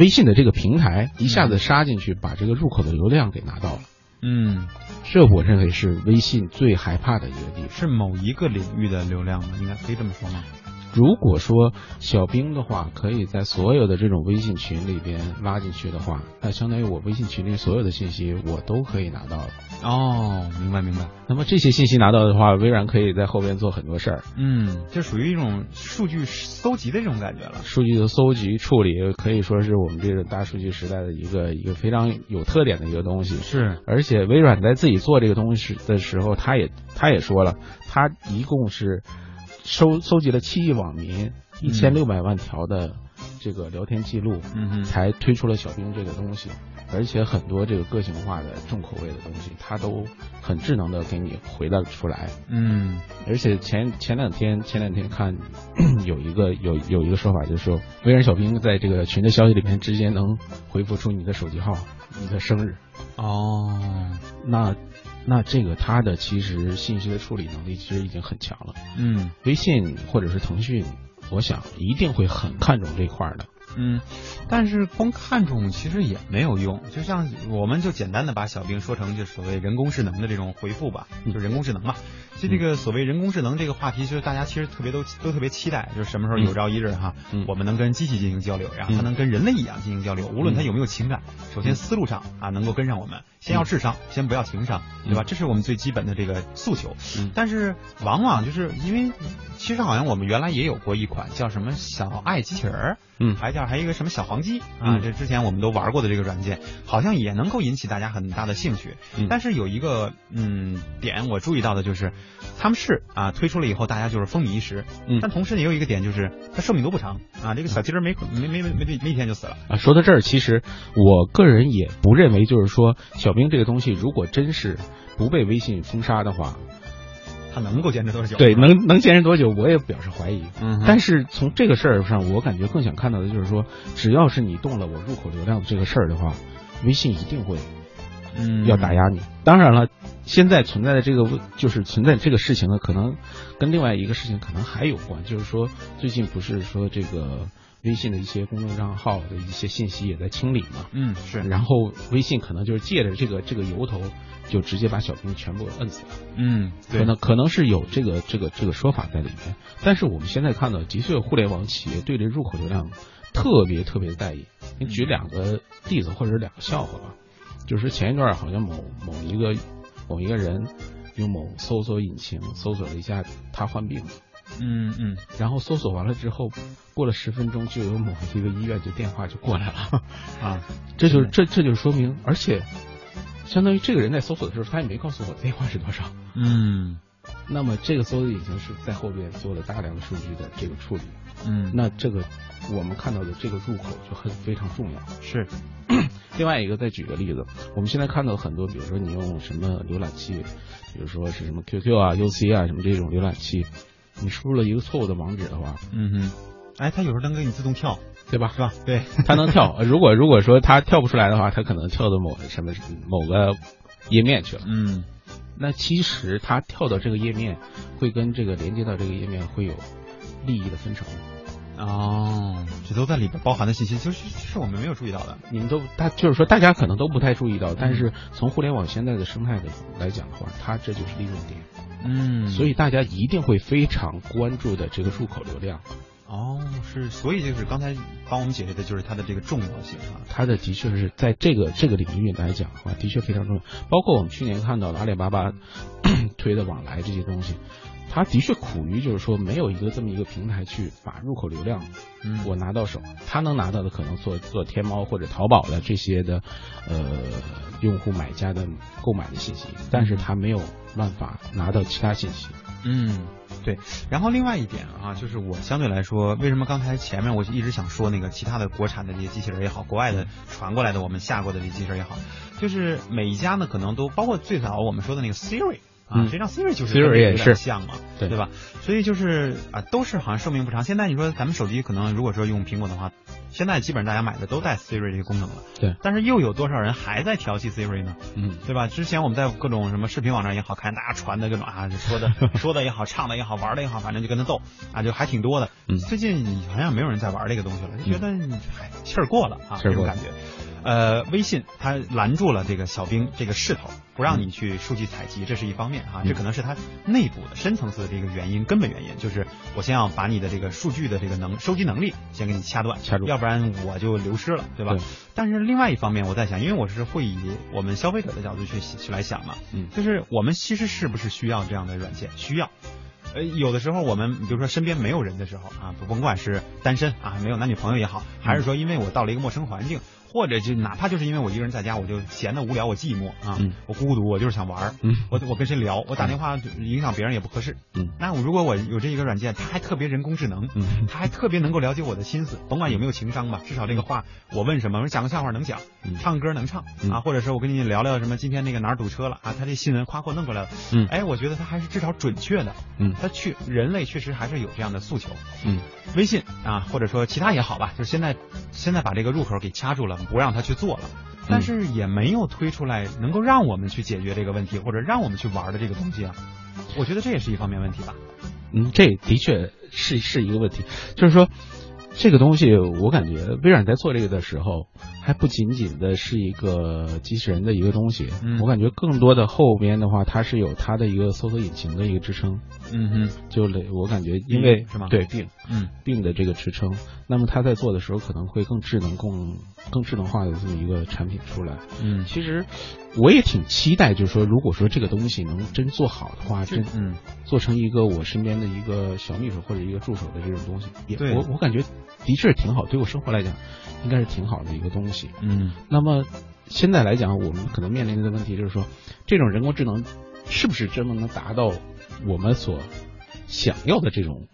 微信的这个平台一下子杀进去，把这个入口的流量给拿到了。嗯，这我认为是微信最害怕的一个地方。是某一个领域的流量吗？应该可以这么说吗？如果说小兵的话，可以在所有的这种微信群里边拉进去的话，那相当于我微信群里所有的信息我都可以拿到了。哦，明白明白。那么这些信息拿到的话，微软可以在后边做很多事儿，嗯，这属于一种数据搜集的这种感觉了。数据的搜集处理可以说是我们这个大数据时代的一个一个非常有特点的一个东西。是，而且微软在自己做这个东西的时候，他也他也说了，他一共是收收集了七亿网民一千六百万条的这个聊天记录，嗯哼才推出了小冰这个东西。而且很多这个个性化的重口味的东西，它都很智能的给你回答出来。嗯而且前前两天前两天看 <clears throat> 有一个有有一个说法，就是说微软小冰在这个群的消息里面直接能回复出你的手机号、你的生日。哦，那那这个它的其实信息的处理能力其实已经很强了。嗯微信或者是腾讯，我想一定会很看重这块儿的。嗯，但是光看重其实也没有用，就像我们就简单的把小冰说成就所谓人工智能的这种回复吧，就人工智能嘛。就这个所谓人工智能这个话题，就是大家其实特别都都特别期待，就是什么时候有朝一日哈，嗯我们能跟机器进行交流，然后它嗯能跟人类一样进行交流，无论它有没有情感，首先思路上啊能够跟上我们，先要智商，先不要情商，嗯对吧？这是我们最基本的这个诉求。但是往往就是因为，其实好像我们原来也有过一款叫什么小爱机器人儿，嗯还叫还有一个什么小黄鸡啊，嗯这之前我们都玩过的这个软件，好像也能够引起大家很大的兴趣。嗯但是有一个嗯点我注意到的就是，他们是啊推出了以后大家就是风靡一时，嗯但同时也有一个点就是它寿命都不长啊，这个小鸡人没没没没没没一天就死了，啊，说到这儿，其实我个人也不认为，就是说小冰这个东西，如果真是不被微信封杀的话，它能够坚持多久？对，能能坚持多久，我也表示怀疑。嗯哼但是从这个事儿上，我感觉更想看到的就是说，只要是你动了我入口流量的这个事儿的话，微信一定会嗯要打压你。当然了，现在存在的这个问就是存在这个事情呢，可能跟另外一个事情可能还有关，就是说最近不是说这个微信的一些公众账号的一些信息也在清理嘛，嗯是然后微信可能就是借着这个这个由头，就直接把小兵全部摁死了。嗯对可能可能是有这个这个这个说法在里面，但是我们现在看到，的确互联网企业对这入口流量特别特别在意。你举两个例子或者两个笑话吧，就是前一段好像某某一个某一个人用某搜索引擎搜索了一下他患病，嗯嗯然后搜索完了之后，过了十分钟就有某一个医院就电话就过来了， <laughs> 啊这就是这这就是说明，而且相当于这个人在搜索的时候，他也没告诉我电话是多少。嗯那么这个搜索引擎是在后边做了大量的数据的这个处理，嗯那这个我们看到的这个入口就很非常重要。是另外一个再举个例子，我们现在看到很多，比如说你用什么浏览器，比如说是什么 QQ 啊、UC 啊什么这种浏览器，你输入了一个错误的网址的话，嗯哼。哎，它有时候能给你自动跳，对吧？是吧？对，它能跳。呃如果如果说它跳不出来的话，它可能跳到某什么某个页面去了。嗯，那其实它跳到这个页面，会跟这个连接到这个页面会有利益的分成。哦，这都在里边包含的信息，就是是我们没有注意到的。你们都大，就是说大家可能都不太注意到，但是从互联网现在的生态的来讲的话，它这就是利润点，嗯所以大家一定会非常关注的这个入口流量，哦，是，所以就是刚才帮我们解释的就是它的这个重要性啊。它的的确是在这个这个领域来讲的话，的确非常重要。包括我们去年看到的阿里巴 <coughs> 巴推的往来这些东西，它的确苦于就是说没有一个这么一个平台去把入口流量嗯我拿到手，他能拿到的可能做做天猫或者淘宝的这些的，呃，用户买家的购买的信息，但是他没有办法拿到其他信息。嗯，对。然后另外一点啊，就是我相对来说，为什么刚才前面我一直想说那个其他的国产的这些机器人也好，国外的呃传过来的我们下过的这些机器人也好，就是每一家呢可能都包括最早我们说的那个 Siri。啊，嗯实际上 Siri 就是 Siri 跟这个也有点是像嘛，对吧？所以就是啊，都是好像寿命不长。现在你说咱们手机可能如果说用苹果的话，现在基本上大家买的都带 Siri 这个功能了。对。但是又有多少人还在调戏 Siri 呢？嗯，对吧？之前我们在各种什么视频网站也好看，大家传的各种啊，说 <laughs> 的说的也好，唱的也好，玩的也好，反正就跟他斗啊，就还挺多的。嗯最近好像没有人在玩这个东西了，就觉得你哎气儿过了啊，气这儿种过了感觉。呃，微信它拦住了这个小兵这个势头，不让你去数据采集，这是一方面啊，嗯这可能是它内部的深层次的这个原因，根本原因就是我先要把你的这个数据的这个能收集能力先给你掐断，掐住要不然我就流失了，对吧？对但是另外一方面，我在想，因为我是会以我们消费者的角度去去来想嘛，嗯就是我们其实是不是需要这样的软件？需要。呃，有的时候我们比如说身边没有人的时候啊，不甭管是单身啊，没有男女朋友也好，嗯还是说因为我到了一个陌生环境，或者就哪怕就是因为我一个人在家，我就闲得无聊，我寂寞啊，嗯我孤独，我就是想玩儿，嗯我我跟谁聊，我打电话就影响别人也不合适，嗯，那我如果我有这一个软件，它还特别人工智能，嗯他还特别能够了解我的心思，甭管有没有情商吧，至少这个话我问什么，我讲个笑话能讲，嗯唱歌能唱嗯啊，或者是我跟你聊聊什么今天那个哪儿堵车了啊，他这新闻夸给我弄过来了，嗯哎，我觉得他还是至少准确的，嗯他确人类确实还是有这样的诉求，嗯，微信啊，或者说其他也好吧，就是现在现在把这个入口给掐住了，不让他去做了。但是也没有推出来能够让我们去解决这个问题，或者让我们去玩的这个东西啊，我觉得这也是一方面问题吧。嗯，这的确是是一个问题，就是说，这个东西，我感觉微软在做这个的时候，还不仅仅的是一个机器人的一个东西，嗯我感觉更多的后边的话，它是有它的一个搜索引擎的一个支撑。嗯哼，就类我感觉，因为病是吗对病嗯病的这个支撑，那么它在做的时候可能会更智能、更更智能化的这么一个产品出来。嗯其实我也挺期待，就是说，如果说这个东西能真做好的话，真嗯做成一个我身边的一个小秘书或者一个助手的这种东西，也对我我感觉的确是挺好，对我生活来讲，应该是挺好的一个东西。嗯那么现在来讲，我们可能面临的问题就是说，这种人工智能是不是真的能达到我们所想要的这种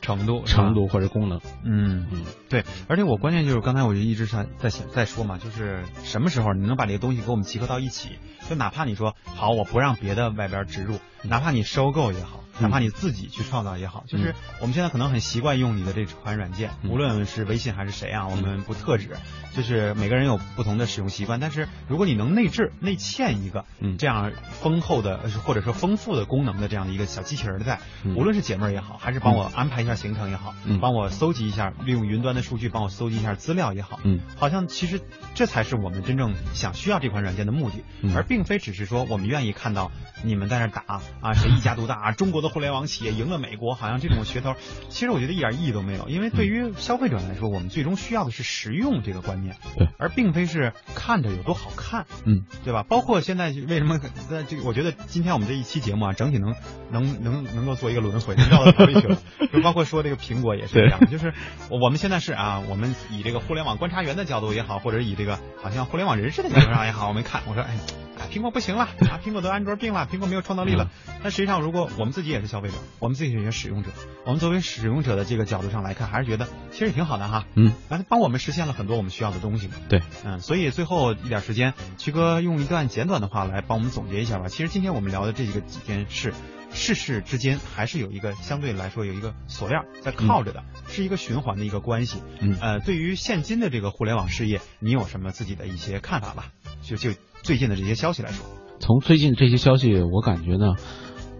程度是吧程度或者功能？嗯嗯，对，而且我关键就是刚才我就一直在在想在说嘛，就是什么时候你能把这个东西给我们集合到一起？就哪怕你说好，我不让别的外边植入，哪怕你收购也好，哪嗯怕你自己去创造也好，就是我们现在可能很习惯用你的这款软件，嗯无论是微信还是谁啊，我们不特指，就是每个人有不同的使用习惯，但是如果你能内置内嵌一个嗯这样丰厚的呃或者说丰富的功能的这样的一个小机器人儿在，嗯无论是解闷儿也好，还是帮我安排一下行程也好，嗯帮我搜集一下，利用云端的数据帮我搜集一下资料也好，嗯，好像其实这才是我们真正想需要这款软件的目的，嗯而并非只是说我们愿意看到你们在那儿打啊，谁一家独大啊，中国的互联网企业赢了美国，好像这种噱头，其实我觉得一点意义都没有，因为对嗯于消费者来说，我们最终需要的是实用这个观念，对，而并非是看着有多好看，嗯，对吧？包括现在为什么在这，我觉得今天我们这一期节目啊，整体能能能能够做一个轮回，能绕到头里去了。就包括说这个苹果也是这样，就是我我们现在是啊，我们以这个互联网观察员的角度也好，或者以这个好像互联网人士的角度上也好，我们看我说哎。啊，苹果不行了，啊，苹果得安卓病了，苹果没有创造力了。嗯但实际上，如果我们自己也是消费者，我们自己也是使用者，我们作为使用者的这个角度上来看，还是觉得其实也挺好的哈。嗯，啊，帮我们实现了很多我们需要的东西嘛。对，嗯，所以最后一点时间，曲哥用一段简短的话来帮我们总结一下吧。其实今天我们聊的这几个几件事，世事之间还是有一个相对来说有一个锁链儿在靠着的，是一个循环的一个关系。嗯呃，对于现今的这个互联网事业，你有什么自己的一些看法吧？就就最近的这些消息来说，从最近这些消息，我感觉呢，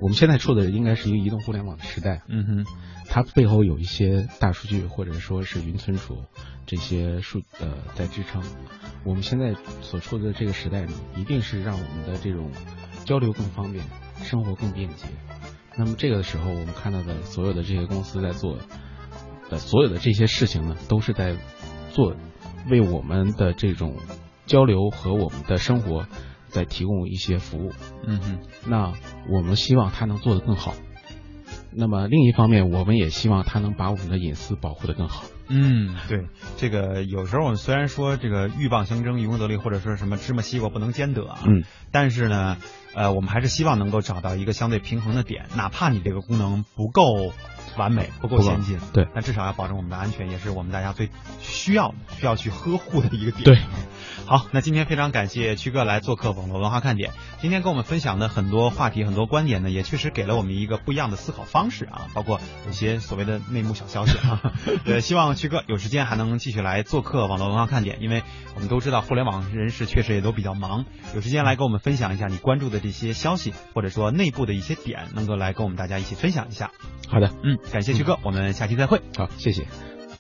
我们现在处的应该是一个移动互联网的时代。嗯哼，它背后有一些大数据或者说是云存储这些数呃在支撑。我们现在所处的这个时代呢，一定是让我们的这种交流更方便，生活更便捷。那么这个时候，我们看到的所有的这些公司在做，呃，所有的这些事情呢，都是在做为我们的这种交流和我们的生活在提供一些服务。嗯哼，那我们希望它能做得更好。那么另一方面，我们也希望它能把我们的隐私保护得更好。嗯，对，这个有时候我们虽然说这个鹬蚌相争，渔翁得利，或者说什么芝麻西瓜不能兼得啊，嗯，但是呢，呃，我们还是希望能够找到一个相对平衡的点，哪怕你这个功能不够完美，不够不够先进，对但至少要保证我们的安全，也是我们大家最需要需要去呵护的一个点。对，好，那今天非常感谢曲哥来做客网络文化看点，今天跟我们分享的很多话题、很多观点呢，也确实给了我们一个不一样的思考方式啊，包括有些所谓的内幕小消息啊。呃，希望曲哥有时间还能继续来做客网络文化看点，因为我们都知道互联网人士确实也都比较忙，有时间来跟我们分享一下你关注的这些消息，或者说内部的一些点，能够来跟我们大家一起分享一下。好的，嗯，感谢曲哥，我们下期再会。好，谢谢。